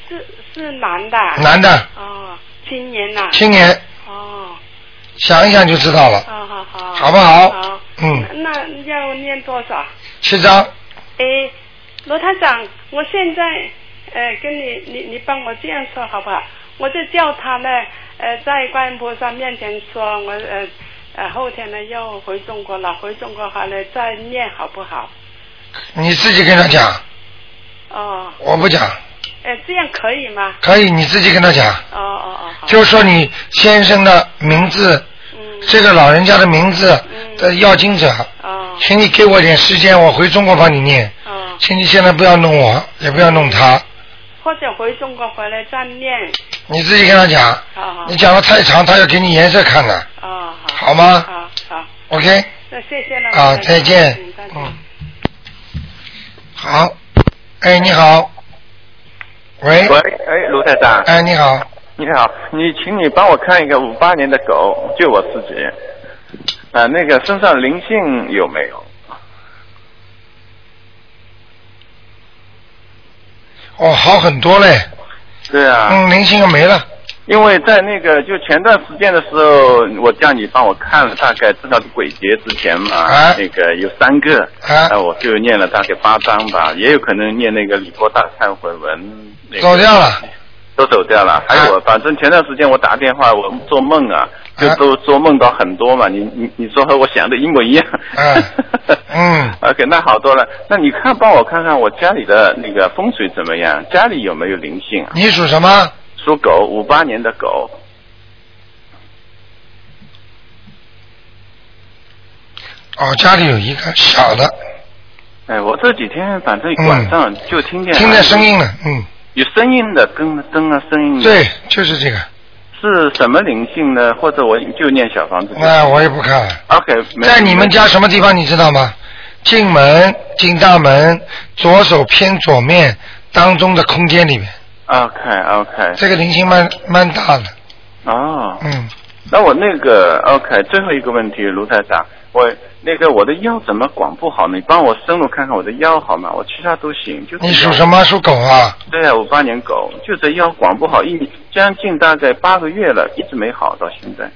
Speaker 6: 是是男的，
Speaker 1: 男的，
Speaker 6: 哦，青年呐、
Speaker 1: 青年，
Speaker 6: 哦，
Speaker 1: 想一想就知道了。
Speaker 6: 好好好，
Speaker 1: 好不好
Speaker 6: 好，
Speaker 1: 嗯，
Speaker 6: 哦那要念多少？
Speaker 1: 七张，
Speaker 6: 哎，罗台长，我现在呃跟你你你帮我这样说好不好？我就叫他呢，呃，在观音菩萨面前说，我呃呃后天呢要回中国了，回中国好了再念好不好？
Speaker 1: 你自己跟他讲，
Speaker 6: 哦，
Speaker 1: 我不讲，
Speaker 6: 呃，这样可以吗？
Speaker 1: 可以你自己跟他讲，
Speaker 6: 哦哦哦，好，
Speaker 1: 就说你先生的名字，
Speaker 6: 嗯，
Speaker 1: 这个老人家的名字
Speaker 6: 嗯
Speaker 1: 的要经者，
Speaker 6: 哦
Speaker 1: 请你给我点时间，我回中国帮你念，
Speaker 6: 哦，
Speaker 1: 请你现在不要弄我，也不要弄他，
Speaker 6: 或者回中国回来再念，
Speaker 1: 你自己跟他讲，
Speaker 6: 好好
Speaker 1: 你，讲的太长，他要给你颜色看的，
Speaker 6: 哦好，
Speaker 1: 好吗
Speaker 6: 好好，
Speaker 1: ？OK，
Speaker 6: 那谢谢了，
Speaker 1: 啊，
Speaker 6: 罗台长
Speaker 1: 再见
Speaker 6: 嗯，再，见
Speaker 1: 嗯。，好，哎，你好，喂，
Speaker 7: 喂，哎，卢台长，
Speaker 1: 哎，你好，
Speaker 7: 你好，你请你帮我看一个五八年的狗，就我自己，啊、那个身上灵性有没有？
Speaker 1: 哦，好很多嘞，
Speaker 7: 对啊，
Speaker 1: 嗯，灵性没了。
Speaker 7: 因为在那个就前段时间的时候，我叫你帮我看了大概知道鬼节之前嘛，
Speaker 1: 啊
Speaker 7: 那个有三个，
Speaker 1: 啊
Speaker 7: 那我就念了大概八章吧，也有可能念那个李波大忏悔文，那个、
Speaker 1: 走掉了，
Speaker 7: 都走掉
Speaker 1: 啊
Speaker 7: 了。还有我，反正前段时间我打电话，我做梦啊，就都做梦到很多嘛。你你你说和我想的一模 一样。
Speaker 1: 嗯嗯
Speaker 7: OK，那好多了。那你看，帮我看看我家里的那个风水怎么样？家里有没有灵性啊？
Speaker 1: 你属什么？
Speaker 7: 属狗，五八年的狗。
Speaker 1: 哦，家里有一个小的，
Speaker 7: 哎，我这几天反正
Speaker 1: 嗯
Speaker 7: 晚上就听 见、啊
Speaker 1: 听见声音，了，嗯，
Speaker 7: 有声音的跟灯啊声音。。
Speaker 1: 对，就是这个，
Speaker 7: 是什么灵性呢？或者我就念小房子就。
Speaker 1: 那哎我也不看了。
Speaker 7: OK，没
Speaker 1: 在你们家什么地方你知道吗？进门进大门，左手偏左面当中的空间里面，
Speaker 7: OK OK
Speaker 1: 这个灵性蛮蛮大的，
Speaker 7: 哦，
Speaker 1: 嗯，
Speaker 7: 那我那个 OK，最后一个问题，卢台长，我那个我的腰怎么管不好呢？你帮我深入看看我的腰好吗？我其他都行，就是
Speaker 1: 你属
Speaker 7: 腰
Speaker 1: 什？么？属狗啊？
Speaker 7: 对啊，五八年狗，就这腰管不好，一将近大概八个月了，一直没好到现在。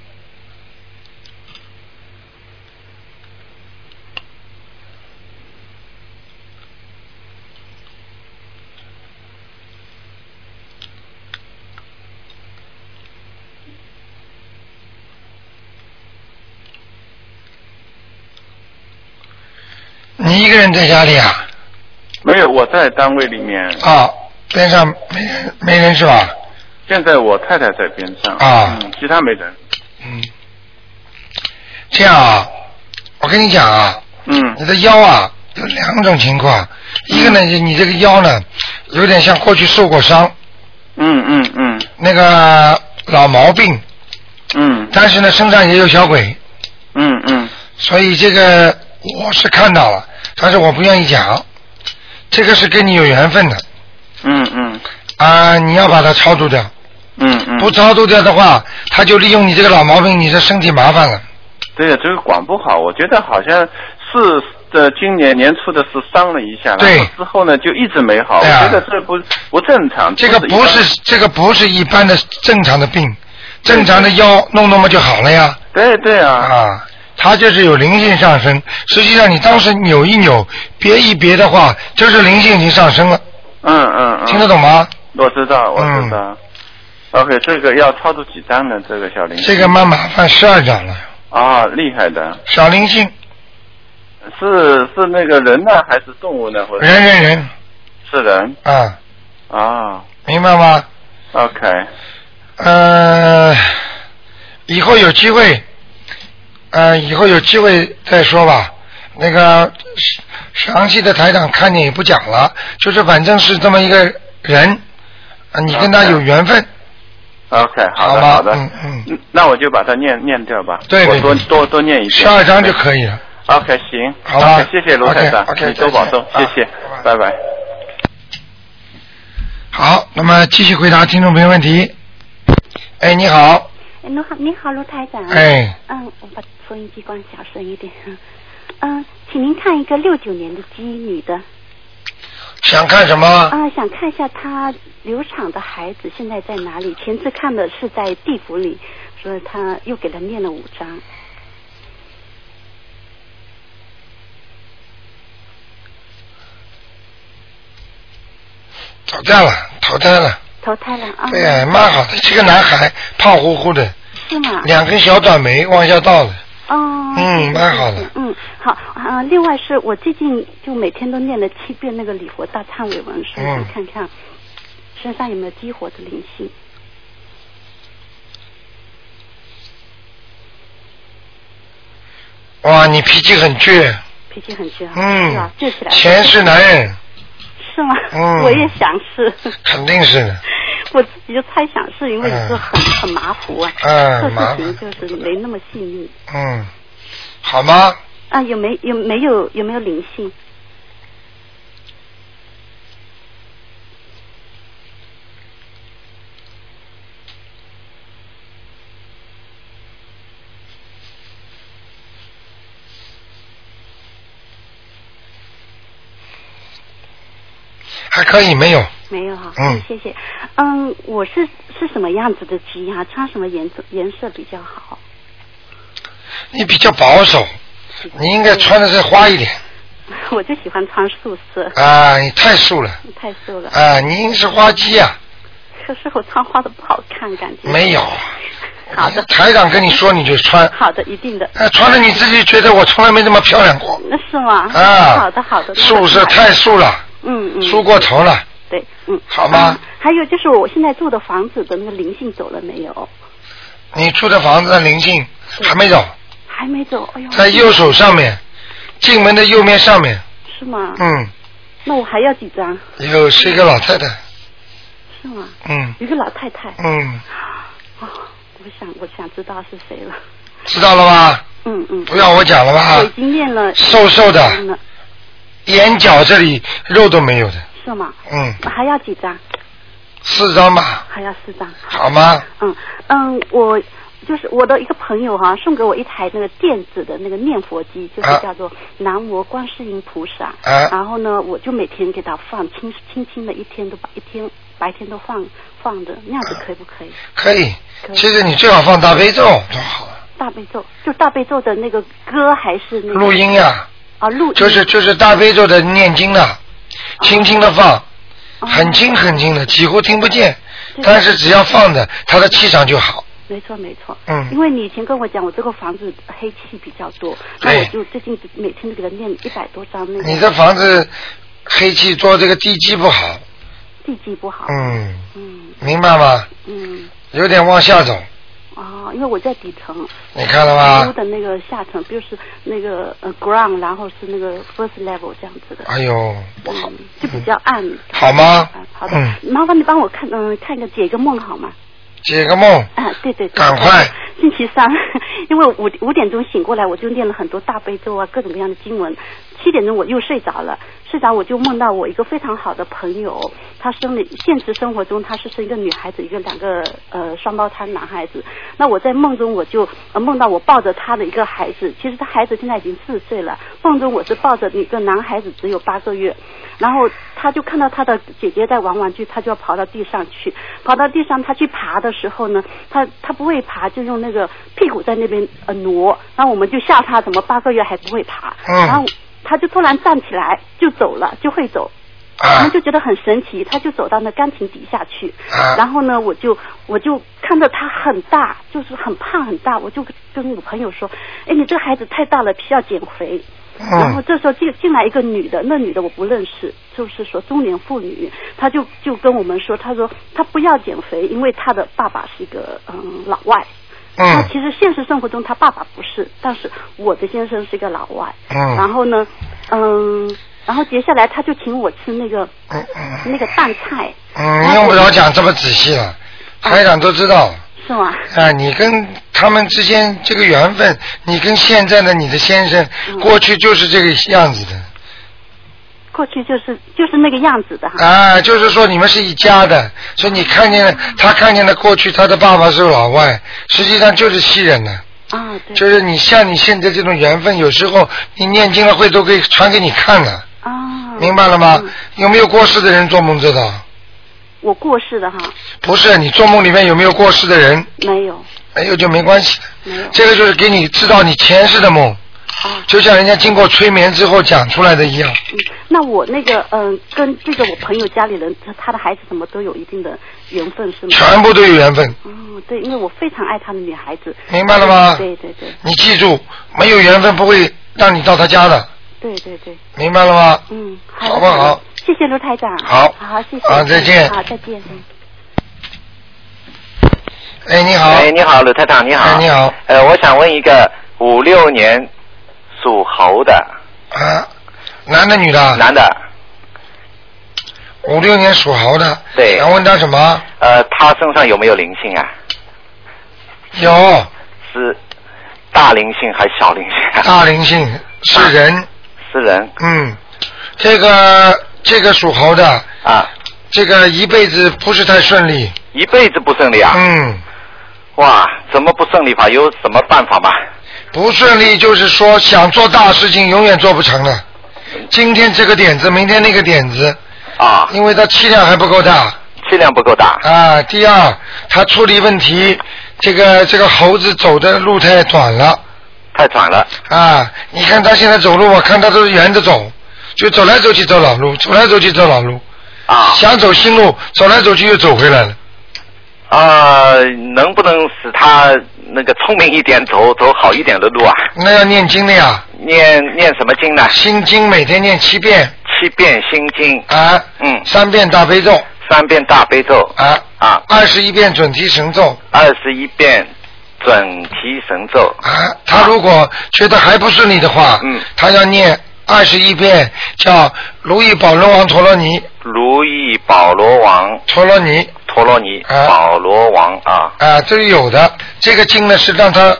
Speaker 1: 你一个人在家里啊？
Speaker 7: 没有，我在单位里面，
Speaker 1: 啊，边上没人没人是吧？
Speaker 7: 现在我太太在边上
Speaker 1: 啊
Speaker 7: 嗯，其他没人。
Speaker 1: 嗯，这样啊，我跟你讲啊，
Speaker 7: 嗯
Speaker 1: 你的腰啊有两种情况，一个呢，就你这个腰呢有点像过去受过伤
Speaker 7: 嗯嗯嗯
Speaker 1: 那个老毛病，
Speaker 7: 嗯
Speaker 1: 但是呢身上也有小鬼，
Speaker 7: 嗯嗯
Speaker 1: 所以这个我是看到了，但是我不愿意讲，这个是跟你有缘分的
Speaker 7: 嗯嗯
Speaker 1: 啊，你要把它超度掉，
Speaker 7: 嗯嗯，
Speaker 1: 不超度掉的话，他就利用你这个老毛病，你的身体麻烦了。
Speaker 7: 对呀，这个管不好，我觉得好像是呃今年年初的事伤了一下，
Speaker 1: 对
Speaker 7: 然后之后呢就一直没好，
Speaker 1: 对啊
Speaker 7: 我觉得这不不正常。
Speaker 1: 这个不
Speaker 7: 啊一般，
Speaker 1: 是这个不是一般的正常的病，正常的腰弄弄嘛就好了呀。
Speaker 7: 对对啊，
Speaker 1: 啊，它就是有灵性上升。实际上你当时扭一扭，别一别的话，就是灵性已经上升了，
Speaker 7: 嗯嗯嗯，
Speaker 1: 听得懂吗？嗯
Speaker 7: 我知道，我知道。OK，这个要超出几张呢？这个小林
Speaker 1: 这个蛮麻烦，十二掌了，
Speaker 7: 啊，厉害的，
Speaker 1: 小灵性，
Speaker 7: 是是那个人呢，还是动物呢？或者
Speaker 1: 人人人
Speaker 7: 是人
Speaker 1: 啊，
Speaker 7: 啊
Speaker 1: 明白吗？
Speaker 7: ？OK，
Speaker 1: 呃，以后有机会，呃，以后有机会再说吧。那个详细的台长看见也不讲了，就是反正是这么一个人，啊，你跟他
Speaker 7: OK
Speaker 1: 有缘分，
Speaker 7: OK，好
Speaker 1: 好
Speaker 7: 的
Speaker 1: 吧
Speaker 7: 的，
Speaker 1: 嗯嗯
Speaker 7: 那我就把它念念掉吧，
Speaker 1: 对对
Speaker 7: 我多
Speaker 1: 对
Speaker 7: 多多念一遍，
Speaker 1: 十二张就可以了。
Speaker 7: OK，行，
Speaker 1: 好吧
Speaker 7: OK，谢谢卢台长
Speaker 1: OK，OK，
Speaker 7: 你多保重，
Speaker 1: 再
Speaker 7: 谢
Speaker 1: 见
Speaker 7: 谢
Speaker 1: 啊，
Speaker 7: 拜拜。
Speaker 1: 好，那么继续回答听众朋友问题。哎，你好，
Speaker 8: 你好，你好，卢台长。
Speaker 1: 哎，
Speaker 8: 嗯，我把收音机关小声一点。嗯，请您看一个六九年的鸡女的
Speaker 1: 想看什么？
Speaker 8: 啊、想看一下她流产的孩子现在在哪里？前次看的是在地府里，所以她又给他念了五章。
Speaker 1: 讨债了，讨债了。
Speaker 8: 投胎了啊？
Speaker 1: 对呀、蛮好的，这个男孩胖乎乎的，
Speaker 8: 是吗？
Speaker 1: 两根小短眉往下倒了。
Speaker 8: 哦，
Speaker 1: 嗯
Speaker 8: 是
Speaker 1: 蛮好的
Speaker 8: 是是嗯，好啊、另外是我最近就每天都念了七遍那个礼佛大忏悔文，所
Speaker 1: 嗯
Speaker 8: 以想看看身上有没有激活的灵性。
Speaker 1: 哇，你脾气很倔，
Speaker 8: 脾气很倔啊，
Speaker 1: 嗯
Speaker 8: 是吧？倔起来了。
Speaker 1: 前世男人
Speaker 8: 是吗？
Speaker 1: 嗯
Speaker 8: 我也想是，
Speaker 1: 肯定是的。
Speaker 8: 我自己就猜想是因为你说很、很马虎啊，
Speaker 1: 嗯
Speaker 8: 做
Speaker 1: 麻
Speaker 8: 事情就是没那么细腻
Speaker 1: 嗯，好吗？
Speaker 8: 啊，有没有没有有没有灵性？
Speaker 1: 还可以，没有。
Speaker 8: 没有哈、
Speaker 1: 嗯
Speaker 8: 谢谢。嗯，我是是什么样子的鸡呀、穿什么颜色颜色比较好？
Speaker 1: 你比较保守，你应该穿的再花一点
Speaker 8: 我就喜欢穿素色，
Speaker 1: 啊！你太素了
Speaker 8: 嗯太素了。
Speaker 1: 啊！你应是花鸡呀、
Speaker 8: 可是我穿花的不好看，感觉。
Speaker 1: 没有。
Speaker 8: 嗯好的，
Speaker 1: 台长跟你说你就穿，
Speaker 8: 好的，一定的。
Speaker 1: 啊，穿的你自己觉得我从来没这么漂亮过
Speaker 8: 那是吗？
Speaker 1: 啊！
Speaker 8: 好的，好的。
Speaker 1: 素色太素了，
Speaker 8: 嗯嗯。
Speaker 1: 素过头了。
Speaker 8: 对，嗯，
Speaker 1: 好吗
Speaker 8: 嗯还有就是我现在住的房子的那个灵性走了没有？
Speaker 1: 你住的房子的灵性还没走，
Speaker 8: 还没走，哎呦，
Speaker 1: 在右手上面，进门的右面上面，
Speaker 8: 是吗？
Speaker 1: 嗯，
Speaker 8: 那我还要几张？
Speaker 1: 有是一个老太太，
Speaker 8: 是吗？
Speaker 1: 嗯
Speaker 8: 一个老太太，
Speaker 1: 嗯，
Speaker 8: 哦，我想我想知道是谁了。
Speaker 1: 知道了吧？
Speaker 8: 嗯嗯，
Speaker 1: 不要我讲了
Speaker 8: 我已
Speaker 1: 吧？
Speaker 8: 经念了
Speaker 1: 瘦瘦的
Speaker 8: 一张了，
Speaker 1: 眼角这里肉都没有的，
Speaker 8: 是吗？
Speaker 1: 嗯，
Speaker 8: 还要几张？
Speaker 1: 四张吧，
Speaker 8: 还要四张。
Speaker 1: 好吗？
Speaker 8: 嗯嗯，我就是我的一个朋友哈、送给我一台那个电子的那个念佛机，就是
Speaker 1: 啊
Speaker 8: 叫做南无观世音菩萨。
Speaker 1: 啊
Speaker 8: 然后呢，我就每天给他放，轻轻轻的一天都把一天白天都放放着，那样子可以不可以？
Speaker 1: 可以
Speaker 8: 可。以
Speaker 1: 其实你最好放大悲咒多好啊，
Speaker 8: 大悲咒就大悲咒的那个歌还是那个
Speaker 1: 录音呀、
Speaker 8: 啊录音哦
Speaker 1: 就是就是大悲咒的念经的，轻轻的放，很轻很轻的，几乎听不见，
Speaker 8: 对
Speaker 1: 但是只要放着，它的气场就好。
Speaker 8: 没错没错，
Speaker 1: 嗯
Speaker 8: 因为你以前跟我讲，我这个房子黑气比较多，那
Speaker 1: 对
Speaker 8: 我就最近每天都给他念一百多张那
Speaker 1: 哎你
Speaker 8: 个
Speaker 1: 这房子黑气做这个地基不好，
Speaker 8: 地基不好，
Speaker 1: 嗯，
Speaker 8: 嗯
Speaker 1: 明白吗？
Speaker 8: 嗯，
Speaker 1: 有点往下走，
Speaker 8: 哦，因为我在底层，
Speaker 1: 你看了
Speaker 8: 屋
Speaker 1: 吧？
Speaker 8: 的那个下层，就是那个呃 ground，然后是那个 first level 这样子的，
Speaker 1: 哎呦，
Speaker 8: 嗯，就比较暗。
Speaker 1: 好吗
Speaker 8: 嗯好的
Speaker 1: 嗯，
Speaker 8: 麻烦你帮我看，嗯，看一个解一个梦好吗？
Speaker 1: 解个梦，
Speaker 8: 啊，对对对。
Speaker 1: 赶快。
Speaker 8: 星期三， 因为五五点钟醒过来，我就念了很多大悲咒啊，各种各样的经文。七点钟我又睡着了，市长，我就梦到我一个非常好的朋友，她生了现实生活中她是生一个女孩子，一个两个呃双胞胎男孩子。那我在梦中我就、呃梦到我抱着她的一个孩子，其实她孩子现在已经四岁了，梦中我是抱着一个男孩子，只有八个月。然后他就看到他的姐姐在玩玩具，他就要跑到地上去。跑到地上，他去爬的时候呢，他他不会爬，就用那个屁股在那边呃挪。然后我们就吓他，怎么八个月还不会爬？
Speaker 1: 嗯
Speaker 8: 然后他就突然站起来就走了，就会走。我们就觉得很神奇，他就走到那钢琴底下去，然后呢，我就我就看到他很大，就是很胖很大，我就跟我朋友说，哎，你这个孩子太大了，皮要减肥。
Speaker 1: 嗯
Speaker 8: 然后这时候进进来一个女的，那女的我不认识，就是说中年妇女，她就就跟我们说，她说她不要减肥，因为她的爸爸是一个嗯老外。她
Speaker 1: 嗯
Speaker 8: 哎其实现实生活中她爸爸不是，但是我的先生是一个老外。然
Speaker 1: 嗯
Speaker 8: 后呢，嗯，然后接下来她就请我吃那个
Speaker 1: 嗯嗯
Speaker 8: 那个淡菜，
Speaker 1: 嗯，用不着讲这么仔细了，
Speaker 8: 啊
Speaker 1: 台长都知道。
Speaker 8: 是吗？
Speaker 1: 啊，你跟他们之间这个缘分，你跟现在的你的先生，
Speaker 8: 嗯
Speaker 1: 过去就是这个样子的
Speaker 8: 过去就是就是那个样子的哈。
Speaker 1: 啊，就是说你们是一家的，所以你看见了
Speaker 8: 嗯
Speaker 1: 他看见了过去他的爸爸是老外，实际上就是西人呢、
Speaker 8: 啊，对。
Speaker 1: 就是你像你现在这种缘分，有时候你念经了会都可以传给你看的，
Speaker 8: 啊。
Speaker 1: 明白了吗
Speaker 8: 嗯？
Speaker 1: 有没有过世的人做梦知道？
Speaker 8: 我过世的哈，
Speaker 1: 不是，你做梦里面有没有过世的人？
Speaker 8: 没有
Speaker 1: 没有就没关系的。
Speaker 8: 没有
Speaker 1: 这个就是给你知道你前世的梦，
Speaker 8: 啊。
Speaker 1: 就像人家经过催眠之后讲出来的一样。
Speaker 8: 嗯，那我那个嗯、跟这个我朋友家里人，他他的孩子什么都有一定的缘分是吗？
Speaker 1: 全部都有缘分，
Speaker 8: 哦，对，因为我非常爱他的女孩子。
Speaker 1: 明白了吗？
Speaker 8: 对对对
Speaker 1: 你记住，没有缘分不会让你到他家的，
Speaker 8: 对对对，
Speaker 1: 明白了吗？
Speaker 8: 嗯，
Speaker 1: 好不好？
Speaker 8: 谢谢卢台长。
Speaker 1: 好
Speaker 8: 好，谢谢。
Speaker 1: 好再见
Speaker 8: 好，再见。嗯
Speaker 1: 哎，你好，
Speaker 9: 哎，你好，鲁台长，你
Speaker 1: 哎
Speaker 9: 好。
Speaker 1: 你好，
Speaker 9: 呃，我想问一个五六年属猴的
Speaker 1: 啊，男的女的？
Speaker 9: 男的，
Speaker 1: 五六年属猴的。
Speaker 9: 对
Speaker 1: 想问他什么？
Speaker 9: 呃，他身上有没有灵性啊？
Speaker 1: 有
Speaker 9: 是大灵性还是小灵性啊？
Speaker 1: 大灵性，是人，
Speaker 9: 是人
Speaker 1: 嗯，这个这个属猴的，
Speaker 9: 啊，
Speaker 1: 这个一辈子不是太顺利，
Speaker 9: 一辈子不顺利啊？
Speaker 1: 嗯。
Speaker 9: 哇，怎么不顺利法？有什么办法吗？
Speaker 1: 不顺利就是说想做大事情永远做不成了。今天这个点子，明天那个点子，
Speaker 9: 啊，
Speaker 1: 因为它气量还不够大
Speaker 9: 气量不够大。
Speaker 1: 啊。第二，他处理问题，这个这个猴子走的路太短了
Speaker 9: 太短了，
Speaker 1: 啊。你看他现在走路，我看他都是沿着走，就走来走去走老路，走来走去走老路，
Speaker 9: 啊
Speaker 1: 想走新路，走来走去又走回来了。
Speaker 9: 啊、能不能使他那个聪明一点，走走好一点的路啊？
Speaker 1: 那要念经的呀，
Speaker 9: 念念什么经呢？
Speaker 1: 心经每天念七遍
Speaker 9: 七遍心经，
Speaker 1: 啊，
Speaker 9: 嗯，
Speaker 1: 三遍大悲咒
Speaker 9: 三遍大悲咒，
Speaker 1: 啊，
Speaker 9: 啊，
Speaker 1: 二十一遍准提神咒。
Speaker 9: 二十一遍准提神咒，
Speaker 1: 啊，他如果觉得还不顺利的话，
Speaker 9: 嗯
Speaker 1: 他要念二十一遍叫如意宝轮王陀罗尼，
Speaker 9: 如意宝罗王
Speaker 1: 陀罗尼
Speaker 9: 陀罗尼，
Speaker 1: 啊
Speaker 9: 宝罗王啊
Speaker 1: 啊，这是有的。这个经呢是让他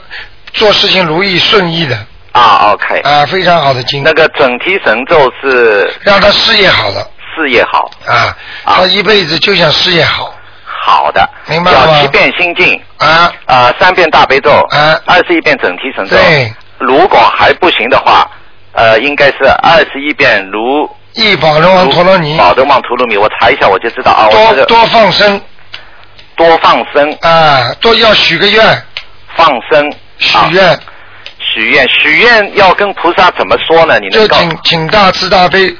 Speaker 1: 做事情如意顺意的
Speaker 9: 啊，OK，
Speaker 1: 啊，非常好的经，
Speaker 9: 那个准提神咒是
Speaker 1: 让他事业好了
Speaker 9: 事业好，
Speaker 1: 啊，
Speaker 9: 啊
Speaker 1: 他一辈子就想事业好
Speaker 9: 好的，
Speaker 1: 明白了吗
Speaker 9: 要七遍心经，
Speaker 1: 啊，
Speaker 9: 啊，三遍大悲咒，
Speaker 1: 啊
Speaker 9: 二十一遍准提神咒，
Speaker 1: 对，
Speaker 9: 如果还不行的话，呃，应该是二十一遍如。
Speaker 1: 意宝轮王陀罗尼，
Speaker 9: 宝德望陀罗尼，我查一下我就知道啊。我这
Speaker 1: 多
Speaker 9: 个
Speaker 1: 多放生
Speaker 9: 多放生，
Speaker 1: 啊，多要许个愿，
Speaker 9: 放生，
Speaker 1: 许
Speaker 9: 啊
Speaker 1: 愿、
Speaker 9: 许愿，许愿要跟菩萨怎么说呢？你能
Speaker 1: 就
Speaker 9: 告
Speaker 1: 请请大慈大悲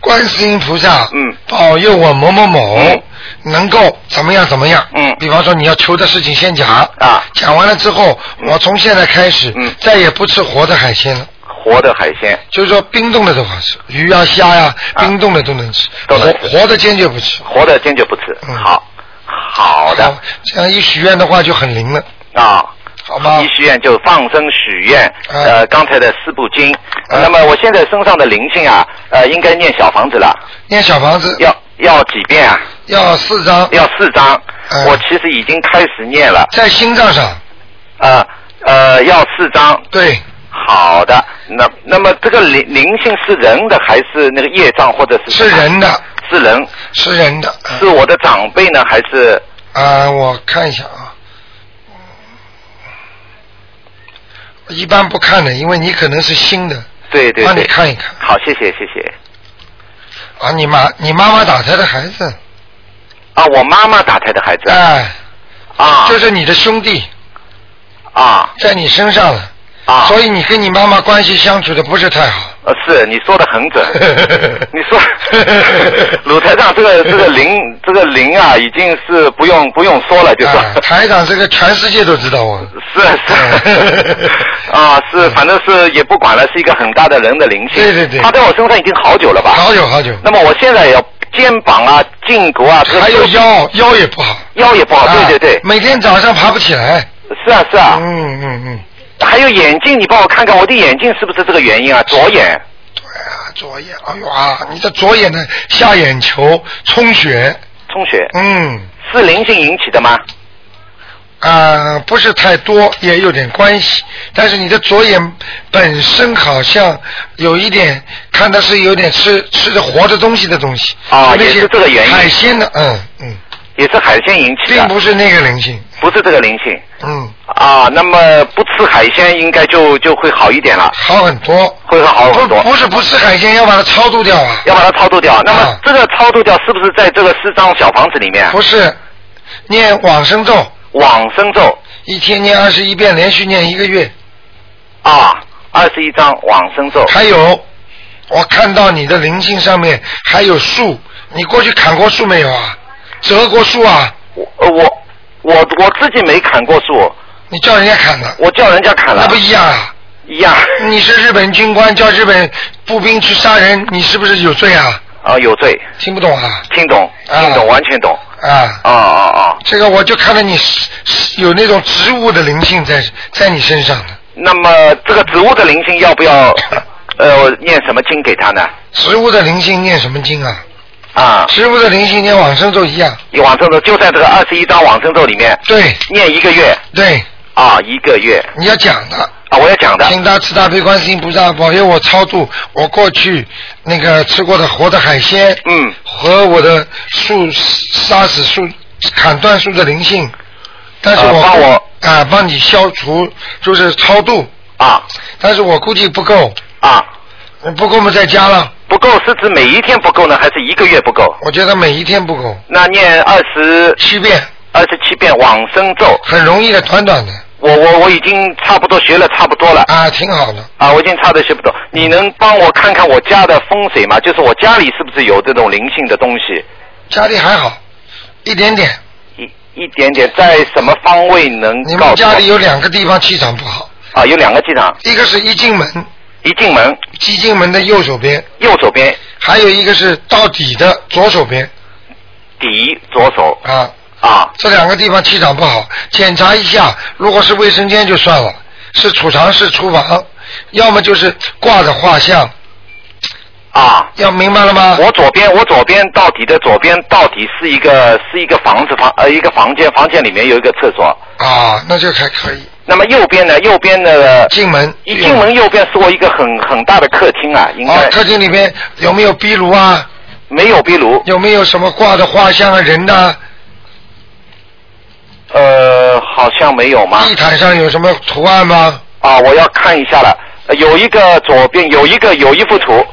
Speaker 1: 观世音菩萨，
Speaker 9: 嗯
Speaker 1: 保佑我某某某、
Speaker 9: 嗯
Speaker 1: 能够怎么样怎么样，
Speaker 9: 嗯
Speaker 1: 比方说你要求的事情先讲，
Speaker 9: 啊
Speaker 1: 讲完了之后，我从现在开始、
Speaker 9: 嗯
Speaker 1: 再也不吃活的海鲜了，
Speaker 9: 活的海鲜
Speaker 1: 就是说冰冻的都好吃，鱼啊虾呀、
Speaker 9: 啊
Speaker 1: 冰冻的都能吃，
Speaker 9: 都能
Speaker 1: 活
Speaker 9: 吃
Speaker 1: 活的坚决不吃。
Speaker 9: 活的坚决不吃。
Speaker 1: 嗯
Speaker 9: 好，好的
Speaker 1: 这样一许愿的话就很灵了，
Speaker 9: 啊。
Speaker 1: 好吗
Speaker 9: 一？许愿就放生许愿，
Speaker 1: 嗯
Speaker 9: 呃，刚才的四部经。
Speaker 1: 嗯
Speaker 9: 那么我现在身上的灵性啊，呃，应该念小房子了，
Speaker 1: 念小房子
Speaker 9: 要要几遍啊？
Speaker 1: 要四张，
Speaker 9: 要四张
Speaker 1: 嗯。
Speaker 9: 我其实已经开始念了，
Speaker 1: 在心脏上，
Speaker 9: 呃呃，要四张。
Speaker 1: 对，
Speaker 9: 好的，那那么这个灵灵性是人的还是那个业障或者是是人
Speaker 1: 的？嗯
Speaker 9: 是人，
Speaker 1: 是人的。
Speaker 9: 是我的长辈呢，还是
Speaker 1: 啊，我看一下啊，嗯一般不看的，因为你可能是新的
Speaker 9: 对对对？
Speaker 1: 帮你看一看。
Speaker 9: 好，谢谢谢谢。
Speaker 1: 啊，你妈你妈妈打胎的孩子，
Speaker 9: 啊，我妈妈打胎的孩子。
Speaker 1: 哎。
Speaker 9: 啊。
Speaker 1: 就是你的兄弟
Speaker 9: 啊，
Speaker 1: 在你身上了，
Speaker 9: 啊，
Speaker 1: 所以你跟你妈妈关系相处的不是太好。
Speaker 9: 呃，是你说的很 准，你说鲁台长这个这个灵这个灵啊，已经是不用不用说了，就是、
Speaker 1: 啊，台长这个全世界都知道啊。
Speaker 9: 是是啊是，反正是也不管了，是一个很大的人的灵性。
Speaker 1: 嗯对对对
Speaker 9: 他在我身上已经好久了吧？
Speaker 1: 好久好久。
Speaker 9: 那么我现在要肩膀啊、胫骨啊，这个
Speaker 1: 还有
Speaker 9: 都
Speaker 1: 腰腰也不好。
Speaker 9: 腰也不好，
Speaker 1: 啊
Speaker 9: 对对对，
Speaker 1: 每天早上爬不起来。
Speaker 9: 是啊是啊，
Speaker 1: 嗯嗯嗯，
Speaker 9: 还有眼睛，你帮我看看我的眼睛是不是这个原因啊？左眼
Speaker 1: 啊，左眼，哎呦啊，你的左眼的下眼球充血，
Speaker 9: 充血
Speaker 1: 嗯，
Speaker 9: 是灵性引起的吗？
Speaker 1: 啊，不是太多，也有点关系，但是你的左眼本身好像有一点，看它是有点吃吃着活的东西的东西，
Speaker 9: 啊
Speaker 1: 就那
Speaker 9: 也
Speaker 1: 些
Speaker 9: 是这个原因
Speaker 1: 海鲜的，嗯嗯，
Speaker 9: 也是海鲜引起
Speaker 1: 并
Speaker 9: 的，
Speaker 1: 不是那个灵性，
Speaker 9: 不是这个灵性
Speaker 1: 嗯，
Speaker 9: 啊。那么不吃海鲜应该就就会好一点了，
Speaker 1: 好很多，
Speaker 9: 会好很多
Speaker 1: 不。不是不吃海鲜要把它超度掉啊，
Speaker 9: 要把它超度掉。那么
Speaker 1: 啊
Speaker 9: 这个超度掉是不是在这个四张小房子里面？
Speaker 1: 不是，念往生咒，
Speaker 9: 往生咒
Speaker 1: 一天念二十一遍，连续念一个月。
Speaker 9: 啊，二十一张往生咒。
Speaker 1: 还有，我看到你的灵性上面还有树，你过去砍过树没有啊？折过树啊？
Speaker 9: 我呃我我我自己没砍过树，
Speaker 1: 你叫人家砍的，
Speaker 9: 我叫人家砍了
Speaker 1: 那不，一样啊？
Speaker 9: 一样
Speaker 1: 你是日本军官，叫日本步兵去杀人，你是不是有罪啊？
Speaker 9: 啊有罪，
Speaker 1: 听不懂啊？
Speaker 9: 听懂
Speaker 1: 啊
Speaker 9: 听懂完全懂。
Speaker 1: 啊，
Speaker 9: 啊啊啊！
Speaker 1: 这个我就看到你是是有那种植物的灵性在在你身上的，
Speaker 9: 那么这个植物的灵性要 不要呃念什么经给他呢？
Speaker 1: 植物的灵性念什么经啊？
Speaker 9: 啊，
Speaker 1: 植物的灵性念往生咒一样。
Speaker 9: 往生咒就在这个二十一章往生咒里面
Speaker 1: 对
Speaker 9: 念一个月
Speaker 1: 对，
Speaker 9: 啊，一个月
Speaker 1: 你要讲的。
Speaker 9: 啊，我要讲的
Speaker 1: 请大慈大悲观世音菩萨保佑我超度我过去那个吃过的活的海鲜，
Speaker 9: 嗯，
Speaker 1: 和我的树杀死树砍断树的灵性，但是
Speaker 9: 呃
Speaker 1: 我、
Speaker 9: 帮我
Speaker 1: 啊、帮你消除就是超度，
Speaker 9: 啊
Speaker 1: 但是我估计不够，
Speaker 9: 啊，
Speaker 1: 不够我们再加了，
Speaker 9: 不够是指每一天不够呢，还是一个月不够？
Speaker 1: 我觉得每一天不够，
Speaker 9: 那念二十
Speaker 1: 七遍
Speaker 9: 二十七遍往生咒，
Speaker 1: 很容易的，短短的
Speaker 9: 我我我已经差不多学了差不多了
Speaker 1: 啊，挺好的，
Speaker 9: 啊，我已经差的学不多。你能帮我看看我家的风水吗？就是我家里是不是有这种灵性的东西？
Speaker 1: 家里还好，一点点。
Speaker 9: 一一点点在什么方位能
Speaker 1: 你
Speaker 9: 告
Speaker 1: 们
Speaker 9: 诉我
Speaker 1: 家里有两个地方气场不好，
Speaker 9: 啊？有两个机场，
Speaker 1: 一个是一进门，
Speaker 9: 一进门
Speaker 1: 一进门的右手边。
Speaker 9: 右手边
Speaker 1: 还有一个是到底的左手边
Speaker 9: 底左手
Speaker 1: 啊，
Speaker 9: 啊
Speaker 1: 这两个地方气场不好，检查一下，如果是卫生间就算了，是储藏室、厨房，要么就是挂着画像，
Speaker 9: 啊。
Speaker 1: 要明白了吗？
Speaker 9: 我左边，我左边到底的左边到底是一个是一个房子房呃一个房间，房间里面有一个厕所。
Speaker 1: 啊，那就还可以。
Speaker 9: 那么右边呢？右边呢？
Speaker 1: 进门
Speaker 9: 一进门右边是我一个很很大的客厅啊，应
Speaker 1: 啊
Speaker 9: 该，
Speaker 1: 客厅里面有没有壁炉啊？
Speaker 9: 没有壁炉。
Speaker 1: 有没有什么挂的画像啊、人呐、
Speaker 9: 呃，好像没有吗？
Speaker 1: 地毯上有什么图案吗？
Speaker 9: 啊，我要看一下了。呃有一个左边有一个有一幅图，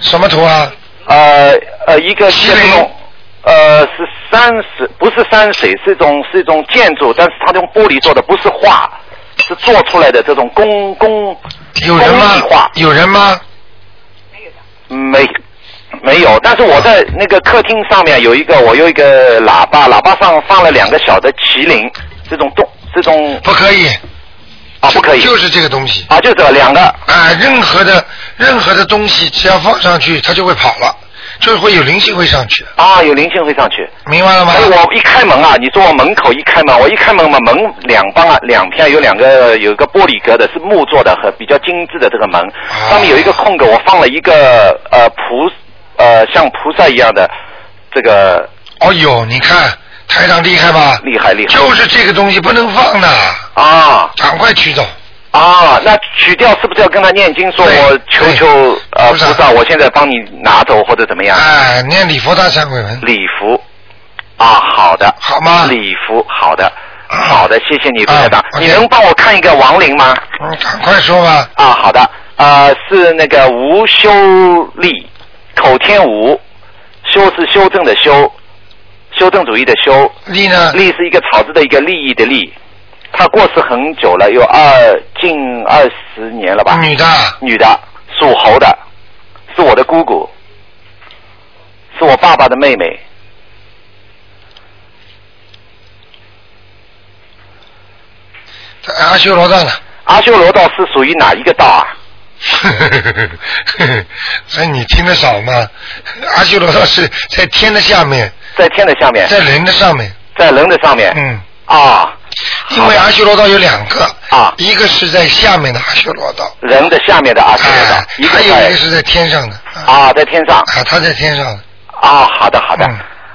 Speaker 1: 什么图啊？
Speaker 9: 呃呃，一个
Speaker 1: 西
Speaker 9: 是
Speaker 1: 北
Speaker 9: 那种，呃是山水，不是山水，是一种是一种建筑，但是它用玻璃做的，不是画，是做出来的这种工工
Speaker 1: 有人
Speaker 9: 工艺
Speaker 1: 吗
Speaker 9: 画？嗯
Speaker 1: 有人吗？
Speaker 9: 没没有，但是我在那个客厅上面有一个，我有一个喇叭，喇叭上放了两个小的麒麟，这种动这种
Speaker 1: 不可以，
Speaker 9: 啊不可以
Speaker 1: 就是这个东西。
Speaker 9: 啊，就这两个
Speaker 1: 啊，任何的任何的东西只要放上去，它就会跑了，就会有灵性会上去，
Speaker 9: 啊，有灵性会上去。
Speaker 1: 明白了吗
Speaker 9: 哎，？我一开门啊，你说我门口一开门，我一开门嘛，门两帮啊，两片有两个有一个玻璃格的，是木做的和比较精致的这个门，
Speaker 1: 啊
Speaker 9: 上面有一个空格，我放了一个呃菩呃像菩萨一样的这个
Speaker 1: 哦呦，你看台长厉害吧？
Speaker 9: 厉害厉害
Speaker 1: 就是这个东西不能放的，
Speaker 9: 啊
Speaker 1: 赶快取走。
Speaker 9: 啊，那取掉是不是要跟他念经，说我求求呃菩萨，我现在帮你拿走或者怎么样？
Speaker 1: 哎，念礼佛大忏悔文。
Speaker 9: 礼服啊，好的，
Speaker 1: 好吗？啊
Speaker 9: 礼服，好 的，好的，谢谢你，卢台长，你能帮我看一个亡灵吗？
Speaker 1: 嗯，赶快说吧。
Speaker 9: 啊，好的，呃，是那个吴修利，口天吴，修是修正的修，修正主义的修。
Speaker 1: 利呢？
Speaker 9: 利是一个草字的一个利益的利。他过世很久了，有二近二十年了吧？
Speaker 1: 女的。
Speaker 9: 女的，属猴的，是我的姑姑，是我爸爸的妹妹。
Speaker 1: 在阿修罗道呢。
Speaker 9: 阿修罗道是属于哪一个道啊？
Speaker 1: 所以你听得少吗？阿修罗道是在天的下面，
Speaker 9: 在天的下面。
Speaker 1: 在人的上面。
Speaker 9: 在人的上面。
Speaker 1: 嗯。
Speaker 9: 啊。
Speaker 1: 因为阿修罗道有两个
Speaker 9: 啊，
Speaker 1: 一个是在下面的阿修罗道，
Speaker 9: 人的下面的阿修罗道，一
Speaker 1: 还
Speaker 9: 个
Speaker 1: 有一个
Speaker 9: 在
Speaker 1: 是在天上的
Speaker 9: 啊，在天上。
Speaker 1: 啊，他在天上的。
Speaker 9: 啊，好的，好的，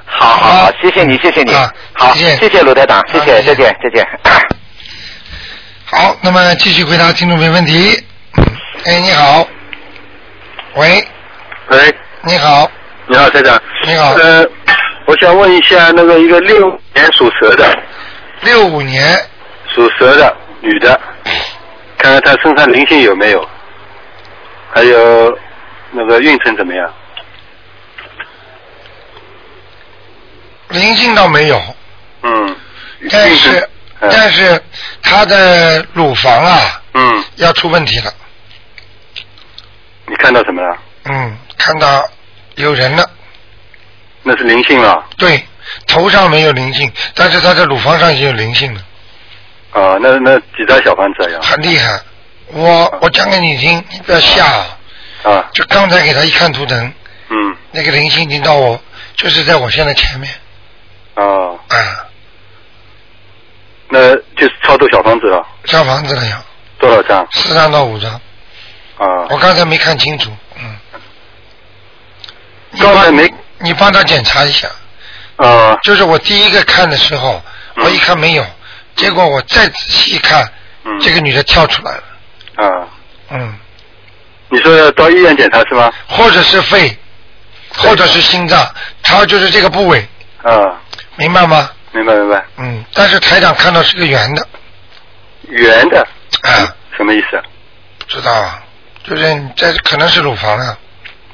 Speaker 9: 好好好，谢谢你，谢谢你，好，
Speaker 1: 谢谢
Speaker 9: 谢谢卢台长，谢谢，再见，再见。
Speaker 1: 好，那么继续回答听众朋友问题。哎，你好，喂，
Speaker 10: 喂，
Speaker 1: 你好，
Speaker 10: 你好，台长。
Speaker 1: 你好
Speaker 10: 呃，我想问一下，那个一个六五年属蛇的，
Speaker 1: 六五年
Speaker 10: 属蛇的女的，看看她身上灵性有没有，还有那个运程怎么样？
Speaker 1: 灵性倒没有，
Speaker 10: 嗯，
Speaker 1: 但是
Speaker 10: 嗯
Speaker 1: 但是他的乳房啊
Speaker 10: 嗯，
Speaker 1: 要出问题了，
Speaker 10: 你看到什么了？
Speaker 1: 嗯，看到有人了，
Speaker 10: 那是灵性了
Speaker 1: 对，头上没有灵性，但是他的乳房上也有灵性了。
Speaker 10: 啊，那那几张小房子呀？
Speaker 1: 很厉害。我我讲给你听，你不要吓啊！
Speaker 10: 啊，
Speaker 1: 就刚才给他一看图腾，
Speaker 10: 嗯，
Speaker 1: 那个灵性已经到我，就是在我现在前面。
Speaker 10: 啊，
Speaker 1: 啊，
Speaker 10: 那就是超度小房子了，
Speaker 1: 小房子了呀，
Speaker 10: 多少张？
Speaker 1: 四张到五张，
Speaker 10: 啊，
Speaker 1: 我刚才没看清楚。嗯，
Speaker 10: 刚才没
Speaker 1: 你帮他检查一下。
Speaker 10: 啊，
Speaker 1: 就是我第一个看的时候，我一看没有，结果我再仔细一看，
Speaker 10: 嗯
Speaker 1: 这个女的跳出来了，
Speaker 10: 啊，
Speaker 1: 嗯，
Speaker 10: 你说要到医院检查是吗？
Speaker 1: 或者是肺，或者是心脏，她就是这个部位，
Speaker 10: 啊，
Speaker 1: 明白吗？
Speaker 10: 明白明白，
Speaker 1: 嗯，但是台长看到是个圆的，
Speaker 10: 圆的
Speaker 1: 啊，
Speaker 10: 什么意思？
Speaker 1: 知道吧？就是你这可能是乳房啊了，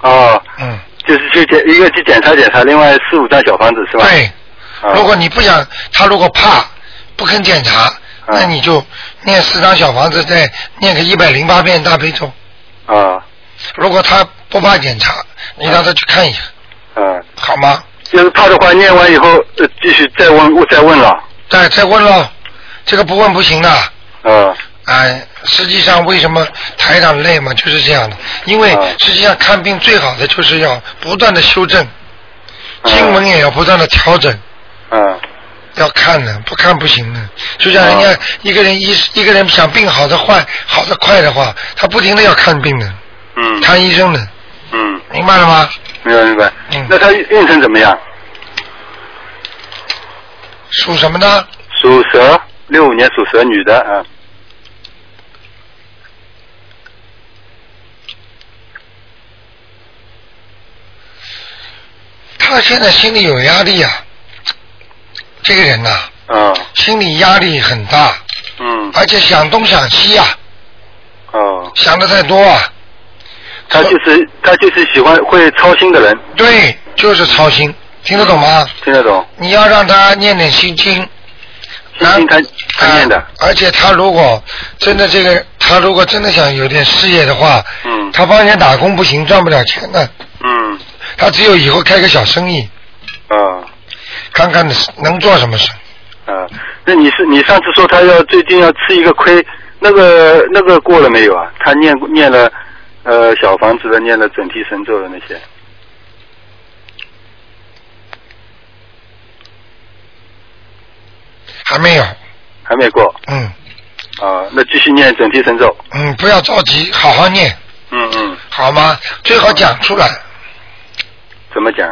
Speaker 10: 哦，
Speaker 1: 嗯，
Speaker 10: 就是去检一个去检查检查，另外四五张小房子是吧？
Speaker 1: 对。
Speaker 10: 啊
Speaker 1: 如果你不想，他如果怕不肯检查，那你就念四张小房子，再念个一百零八遍大悲咒。
Speaker 10: 啊
Speaker 1: 如果他不怕检查，你让他去看一下，
Speaker 10: 啊，
Speaker 1: 好吗？
Speaker 10: 就是怕的话，念完以后呃继续再问我再问了。
Speaker 1: 再再问喽，这个不问不行的。
Speaker 10: 啊
Speaker 1: 哎，实际上为什么台长累嘛，就是这样的。因为
Speaker 10: 哦
Speaker 1: 实际上看病最好的就是要不断的修正，
Speaker 10: 哦
Speaker 1: 经文也要不断的调整，
Speaker 10: 啊
Speaker 1: 要看的，不看不行的。就像
Speaker 10: 哦
Speaker 1: 人家一个人医一个人想病好的坏好的快的话，他不停的要看病的，
Speaker 10: 嗯
Speaker 1: 看医生的，
Speaker 10: 嗯，
Speaker 1: 明白了吗？
Speaker 10: 明白明白。
Speaker 1: 嗯
Speaker 10: 那他运程怎么样？
Speaker 1: 属什么呢？
Speaker 10: 属蛇，六五年属蛇女的啊。
Speaker 1: 他现在心里有压力啊，这个人呐、
Speaker 10: 啊，
Speaker 1: 心理压力很大，
Speaker 10: 嗯，
Speaker 1: 而且想东想西啊，
Speaker 10: 哦，
Speaker 1: 想的太多啊。
Speaker 10: 他就是他就是喜欢会操心的人，
Speaker 1: 对，就是操心，听得懂吗？
Speaker 10: 听得懂？
Speaker 1: 你要让他念点心经，啊
Speaker 10: 心经他他念的，
Speaker 1: 而且他如果真的这个，他如果真的想有点事业的话，
Speaker 10: 嗯
Speaker 1: 他帮人家打工不行，赚不了钱的，
Speaker 10: 嗯，
Speaker 1: 他只有以后开个小生意，
Speaker 10: 啊
Speaker 1: 看看能做什么事。
Speaker 10: 啊，那你是你上次说他要最近要吃一个亏，那个那个过了没有啊？他念念了呃小房子的，念了整体神咒的那些，
Speaker 1: 还没有，
Speaker 10: 还没过
Speaker 1: 嗯
Speaker 10: 啊？那继续念整体神咒，
Speaker 1: 嗯，不要着急，好好念，
Speaker 10: 嗯嗯，
Speaker 1: 好吗？最好讲出来。
Speaker 10: 怎么讲？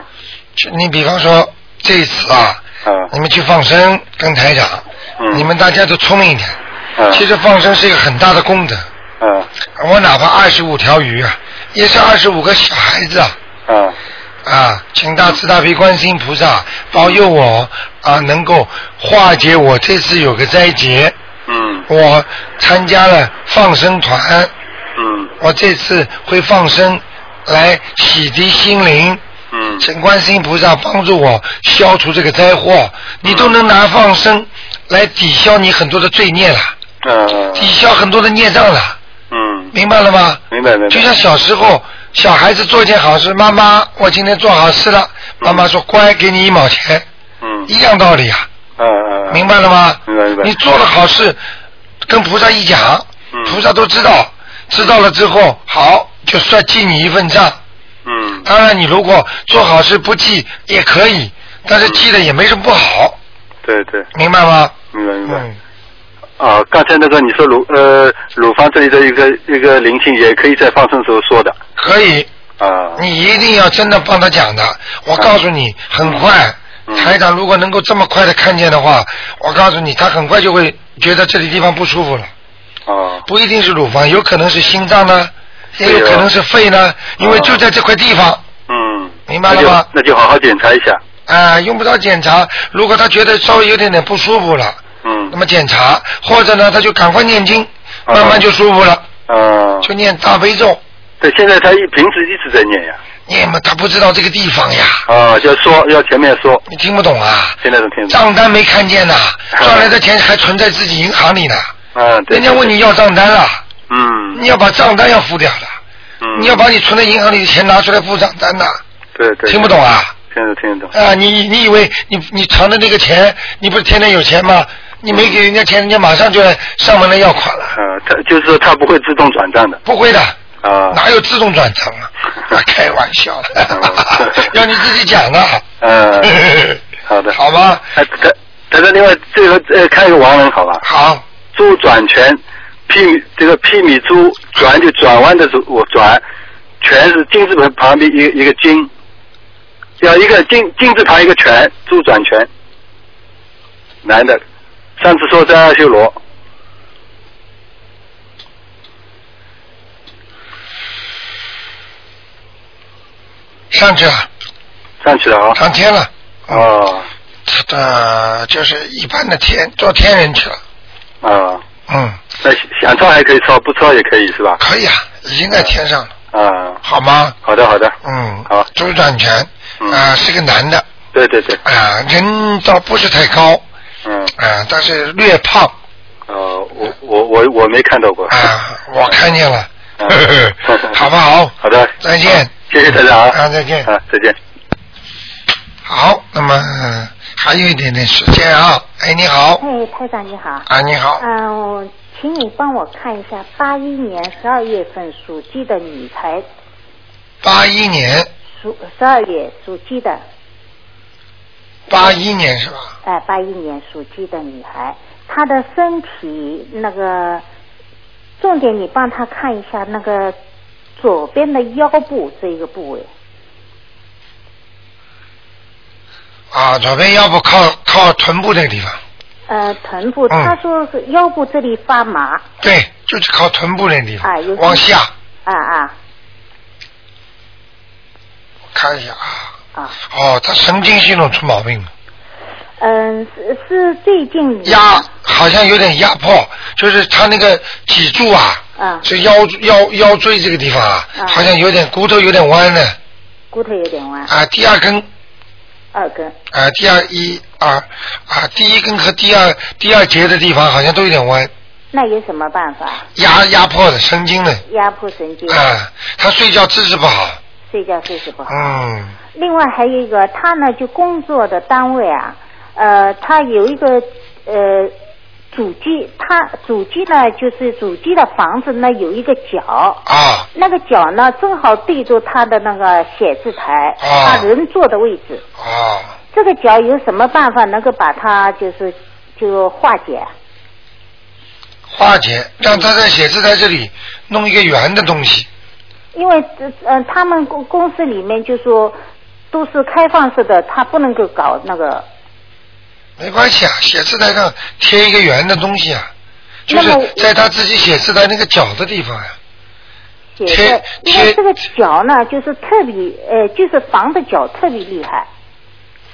Speaker 1: 就你比方说这一次啊，
Speaker 10: 啊
Speaker 1: 你们去放生跟台长，
Speaker 10: 嗯啊
Speaker 1: 你们大家都聪明一点，其实放生是一个很大的功德。
Speaker 10: 嗯。
Speaker 1: 我哪怕二十五条鱼啊，也是二十五个小孩子啊。
Speaker 10: 嗯。
Speaker 1: 啊，请大慈大悲观世音菩萨保佑我啊，能够化解我这次有个灾劫。
Speaker 10: 嗯。
Speaker 1: 我参加了放生团，
Speaker 10: 嗯
Speaker 1: 我这次会放生来洗涤心灵。
Speaker 10: 嗯。
Speaker 1: 请观世音菩萨帮助我消除这个灾祸，
Speaker 10: 嗯
Speaker 1: 你都能拿放生来抵消你很多的罪孽了，
Speaker 10: 嗯
Speaker 1: 抵消很多的孽障了。
Speaker 10: 嗯，
Speaker 1: 明白了吗？
Speaker 10: 明白明白。
Speaker 1: 就像小时候，小孩子做一件好事，妈妈，我今天做好事了，妈妈说乖，给你一毛钱，
Speaker 10: 嗯，
Speaker 1: 一样道理啊，
Speaker 10: 嗯嗯，嗯
Speaker 1: 明白了吗？
Speaker 10: 明白明白。嗯
Speaker 1: 你做了好事，跟菩萨一讲，菩萨都知道，知道了之后，好，就算记你一份账。
Speaker 10: 嗯。
Speaker 1: 当然，你如果做好事不记也可以，但是记了也没什么不好，
Speaker 10: 对对，
Speaker 1: 明白吗？嗯
Speaker 10: 明白明白。啊，刚才那个你说乳呃乳房这里的一个一个灵性，也可以在放生时候说的
Speaker 1: 可以，
Speaker 10: 啊。
Speaker 1: 你一定要真的帮他讲的。我告诉你，很快，台长如果能够这么快的看见的话，我告诉你，他很快就会觉得这里地方不舒服了。
Speaker 10: 哦。
Speaker 1: 不一定是乳房，有可能是心脏呢，也有可能是肺呢，因为就在这块地方。
Speaker 10: 嗯。
Speaker 1: 明白了
Speaker 10: 那
Speaker 1: 吗
Speaker 10: 就？那就好好检查一下。
Speaker 1: 啊、用不着检查。如果他觉得稍微有点点不舒服了，
Speaker 10: 嗯哦
Speaker 1: 那么检查，或者呢，他就赶快念经，慢慢就舒服了，
Speaker 10: 啊。
Speaker 1: 就念大悲咒。
Speaker 10: 对，现在他一平时一直在念呀。
Speaker 1: 念嘛，他不知道这个地方呀。
Speaker 10: 啊，要说要前面说。
Speaker 1: 你听不懂啊？
Speaker 10: 现在都听不懂。
Speaker 1: 账单没看见呐、赚来的钱还存在自己银行里呢。
Speaker 10: 嗯，对。
Speaker 1: 人家问你要账单了，
Speaker 10: 嗯。
Speaker 1: 你要把账单要付掉了，
Speaker 10: 嗯。
Speaker 1: 你要把你存在银行里的钱拿出来付账单呐、
Speaker 10: 对对。
Speaker 1: 听不懂啊？
Speaker 10: 现在听得懂。
Speaker 1: 啊，你你以为你你藏的那个钱，你不是天天有钱吗？你没给人家钱，人家马上就来上门来要款了，
Speaker 10: 啊，他就是说他不会自动转账的。
Speaker 1: 不会的，
Speaker 10: 啊。
Speaker 1: 哪有自动转账啊？ 啊开玩笑了， 要你自己讲啊的，
Speaker 10: 嗯。好的。
Speaker 1: 好吧。
Speaker 10: 哎，他他说另外最后呃看一个王人好吧？
Speaker 1: 好。
Speaker 10: 猪转圈，屁米这个屁米猪转就转弯的我转，全是金字旁旁边一个一个金，要一个金金字旁一个全，猪转圈。男的，上次说在阿修罗，
Speaker 1: 上去了，
Speaker 10: 上去了啊。
Speaker 1: 上天了，
Speaker 10: 哦
Speaker 1: 呃，就是一般的天，做天人去了，
Speaker 10: 啊，
Speaker 1: 嗯，
Speaker 10: 那想抄还可以抄，不抄也可以是吧？
Speaker 1: 可以啊，已经在天上了，
Speaker 10: 啊，
Speaker 1: 好吗？
Speaker 10: 好的好的，
Speaker 1: 嗯，
Speaker 10: 好，嗯
Speaker 1: 周转权，啊、是个男的，
Speaker 10: 对对对，
Speaker 1: 啊、人倒不是太高，啊、
Speaker 10: 嗯，
Speaker 1: 但是略胖，
Speaker 10: 呃，我我我我没看到过。
Speaker 1: 我看见了，
Speaker 10: 嗯
Speaker 1: 啊 好不好？
Speaker 10: 好的，
Speaker 1: 再见，
Speaker 10: 谢谢大家啊，
Speaker 1: 啊，再见，
Speaker 10: 啊，再见。
Speaker 1: 好，那么、呃还有一点点时间啊，哎，你好，
Speaker 11: 哎，台长你好。
Speaker 1: 啊，你好，
Speaker 11: 嗯、我请你帮我看一下八一年十二月份属鸡的女孩，
Speaker 1: 八一年，
Speaker 11: 属十二月属鸡的，
Speaker 1: 八一年是吧？
Speaker 11: 哎、八一年属鸡的女孩，她的身体那个，重点你帮她看一下那个左边的腰部这一个部位，
Speaker 1: 啊，左边腰部靠靠臀部这个地方，
Speaker 11: 呃，臀
Speaker 1: 嗯
Speaker 11: 部，她说是腰部这里发麻，
Speaker 1: 对，就是靠臀部那个地方，
Speaker 11: 啊，有
Speaker 1: 往下，
Speaker 11: 啊啊
Speaker 1: 看一下啊，
Speaker 11: 啊，
Speaker 1: 哦，他神经系统出毛病了，
Speaker 11: 嗯、是是最近
Speaker 1: 压好像有点压迫，就是他那个脊柱啊，
Speaker 11: 啊
Speaker 1: 这腰腰腰椎这个地方啊，
Speaker 11: 啊
Speaker 1: 好像有点骨头有点弯了
Speaker 11: 骨头有点弯，
Speaker 1: 啊，第二根
Speaker 11: 二根。
Speaker 1: 啊，第二一啊啊，第一根和第二第二节的地方好像都有点弯，
Speaker 11: 那有什么办法？
Speaker 1: 压压迫的神经的
Speaker 11: 压迫神经，
Speaker 1: 啊，他睡觉姿势不好，
Speaker 11: 睡觉睡不好。
Speaker 1: 嗯，
Speaker 11: 另外还有一个，他呢就工作的单位啊，呃，他有一个呃主机，他主机呢就是主机的房子呢有一个角，
Speaker 1: 啊
Speaker 11: 那个角呢正好对着他的那个写字台，
Speaker 1: 啊
Speaker 11: 他人坐的位置。
Speaker 1: 啊。
Speaker 11: 这个角有什么办法能够把它就是就化解？
Speaker 1: 化解，让他在写字台这里弄一个圆的东西，
Speaker 11: 因为呃，他们公公司里面就说都是开放式的，他不能够搞那个
Speaker 1: 没关系啊，写字台上贴一个圆的东西啊，就
Speaker 11: 那么
Speaker 1: 是在他自己写字台那个角的地方呀、啊
Speaker 11: 写的，因为这个脚呢，就是特别呃，就是防的脚特别厉害，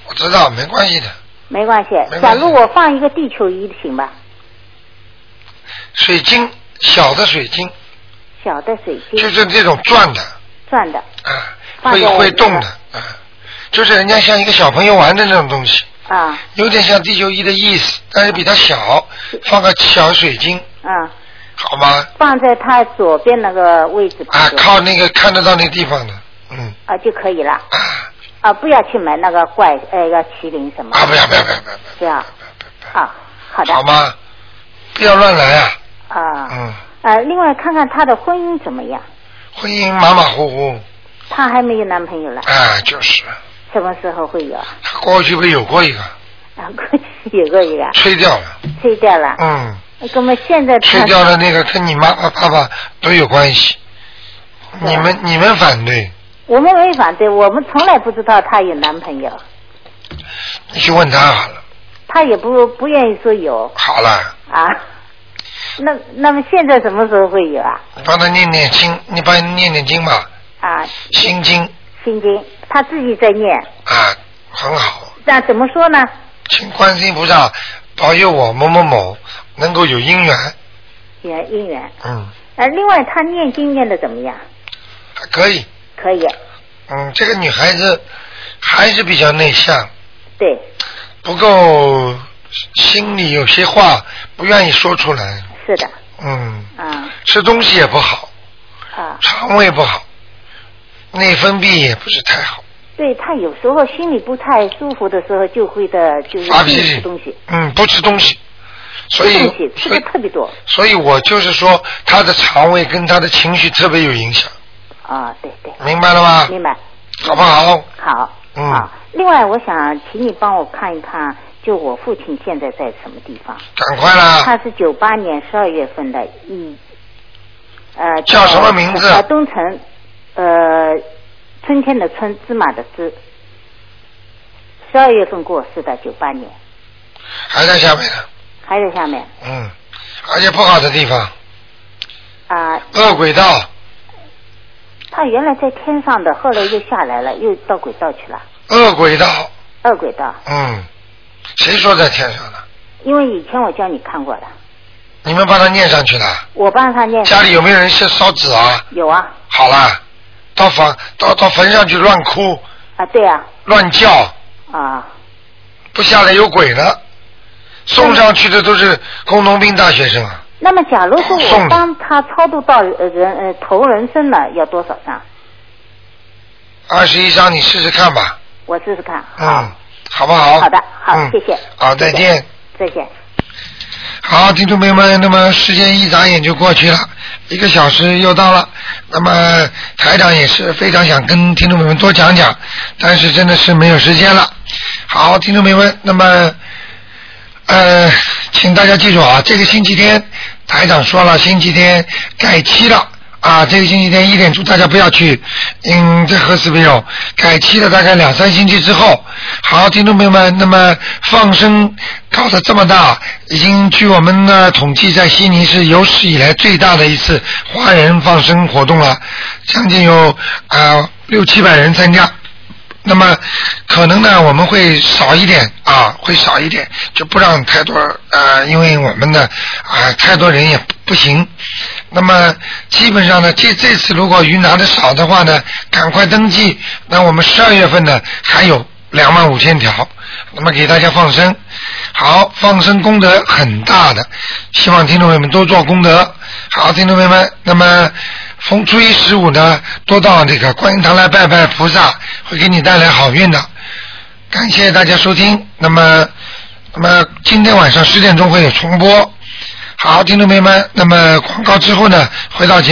Speaker 1: 我知道，没关系的。
Speaker 11: 没关系。
Speaker 1: 系
Speaker 11: 假如我放一个地球仪行吧，
Speaker 1: 水晶，小的水晶，
Speaker 11: 小的水晶，
Speaker 1: 就是这种转的，
Speaker 11: 转的，放
Speaker 1: 会
Speaker 11: 在
Speaker 1: 会
Speaker 11: 那
Speaker 1: 动
Speaker 11: 个
Speaker 1: 的，啊，就是人家像一个小朋友玩的那种东西，
Speaker 11: 啊，
Speaker 1: 有点像地球仪的意思，但是比它小，放个小水晶，
Speaker 11: 嗯，
Speaker 1: 好吗？
Speaker 11: 放在它左边那个位置旁
Speaker 1: 啊，
Speaker 11: 边
Speaker 1: 靠那个看得到那地方的，
Speaker 11: 啊就可以了。啊，不要去买那个怪呃，要麒麟什么的。啊，
Speaker 1: 不要不要不要不
Speaker 11: 要。这样。啊，好的。
Speaker 1: 好吗？不要乱来啊，
Speaker 11: 啊。
Speaker 1: 嗯。
Speaker 11: 呃，另外看看他的婚姻怎么样，
Speaker 1: 婚姻马马虎虎，
Speaker 11: 他还没有男朋友了，
Speaker 1: 啊，就是
Speaker 11: 什么时候会有？
Speaker 1: 过去不是有过一个，
Speaker 11: 啊，过去 有个一个
Speaker 1: 吹掉了，
Speaker 11: 吹掉了，
Speaker 1: 嗯，
Speaker 11: 那么现在
Speaker 1: 吹
Speaker 11: 他
Speaker 1: 掉了那个跟你妈妈爸爸都有关系，
Speaker 11: 吧
Speaker 1: 你们你们反对，
Speaker 11: 我们没反对，我们从来不知道她有男朋友，
Speaker 1: 你去问他好了，
Speaker 11: 她也不不愿意说有
Speaker 1: 好了。
Speaker 11: 啊。那那么现在什么时候会有啊？
Speaker 1: 帮他念念经，你帮他念念经吧，
Speaker 11: 啊，
Speaker 1: 心经
Speaker 11: 心经，她自己在念，
Speaker 1: 啊，很好。
Speaker 11: 那怎么说呢？
Speaker 1: 请观世音菩萨保佑我某某某能够有姻缘，
Speaker 11: 也姻缘。
Speaker 1: 嗯，
Speaker 11: 呃，另外她念经念的怎么样？
Speaker 1: 还可以，
Speaker 11: 可以，啊
Speaker 1: 嗯，这个女孩子还是比较内向，
Speaker 11: 对，
Speaker 1: 不够，心里有些话不愿意说出来，
Speaker 11: 是的，
Speaker 1: 嗯，
Speaker 11: 啊
Speaker 1: 吃东西也不好，
Speaker 11: 啊，
Speaker 1: 肠胃不好，内分泌也不是太好，
Speaker 11: 对她有时候心里不太舒服的时候，就会的就是
Speaker 1: 发脾
Speaker 11: 进
Speaker 1: 气
Speaker 11: 食东西，
Speaker 1: 嗯，不吃东西，所以
Speaker 11: 吃东西吃
Speaker 1: 所
Speaker 11: 的
Speaker 1: 以
Speaker 11: 特别多
Speaker 1: 所以我就是说，他的肠胃跟他的情绪特别有影响，
Speaker 11: 啊，对对，
Speaker 1: 明白了吗？
Speaker 11: 明白，
Speaker 1: 好不好？
Speaker 11: 好。
Speaker 1: 嗯，
Speaker 11: 另外，我想请你帮我看一看，就我父亲现在在什么地方？
Speaker 1: 赶快啦！
Speaker 11: 他是九八年十二月份的，嗯，呃，
Speaker 1: 叫
Speaker 11: 在
Speaker 1: 什么名字
Speaker 11: 呃，东城，呃，春天的春，芝麻的芝，十二月份过世的，九八年，
Speaker 1: 还在下面呢，
Speaker 11: 还在下面
Speaker 1: 嗯，而且不好的地方，
Speaker 11: 啊、
Speaker 1: 恶轨道，
Speaker 11: 他原来在天上的，后来又下来了，又到轨道去了，
Speaker 1: 恶轨道，
Speaker 11: 二轨道，
Speaker 1: 嗯，谁说在天上的？
Speaker 11: 因为以前我叫你看过了，
Speaker 1: 你们把它念上去了？
Speaker 11: 我帮他念，
Speaker 1: 家里有没有人是烧纸啊？
Speaker 11: 有啊，
Speaker 1: 好啦，到房到到坟上去乱哭
Speaker 11: 啊，对啊，
Speaker 1: 乱叫，
Speaker 11: 啊。
Speaker 1: 不下来有鬼呢。送上去的都是工农兵大学生啊，
Speaker 11: 那么，假如说
Speaker 1: 送
Speaker 11: 我
Speaker 1: 你
Speaker 11: 帮他超度到呃人呃投人身了，要多少张？
Speaker 1: 二十一章你试试看吧，
Speaker 11: 我试试看。
Speaker 1: 嗯，好不好？
Speaker 11: 好的，好，
Speaker 1: 嗯
Speaker 11: 谢谢。
Speaker 1: 好，再见。
Speaker 11: 再见。
Speaker 1: 好，听众朋友们，那么时间一眨眼就过去了，一个小时又到了。那么台长也是非常想跟听众朋友们多讲讲，但是真的是没有时间了。好，听众朋友们，那么呃，请大家记住啊，这个星期天台长说了，星期天改期了。啊，这个星期天一点钟大家不要去，嗯，这何死没有？改期了大概两三星期之后。好，听众朋友们，那么放生搞得这么大，已经据我们的统计，在悉尼是有史以来最大的一次华人放生活动了，将近有啊、六七百人参加。那么可能呢，我们会少一点啊，会少一点，就不让太多呃，因为我们的啊、太多人也不行。那么基本上呢，这这次如果鱼拿的少的话呢，赶快登记。那我们十二月份呢还有两万五千条，那么给大家放生。好，放生功德很大的，希望听众朋友们多做功德。好，听众朋友们，那么逢初一十五呢，多到这个观音堂来拜拜菩萨，会给你带来好运的。感谢大家收听，那么那么今天晚上十点钟会有重播。好，听众朋友们，那么广告之后呢，回到节目。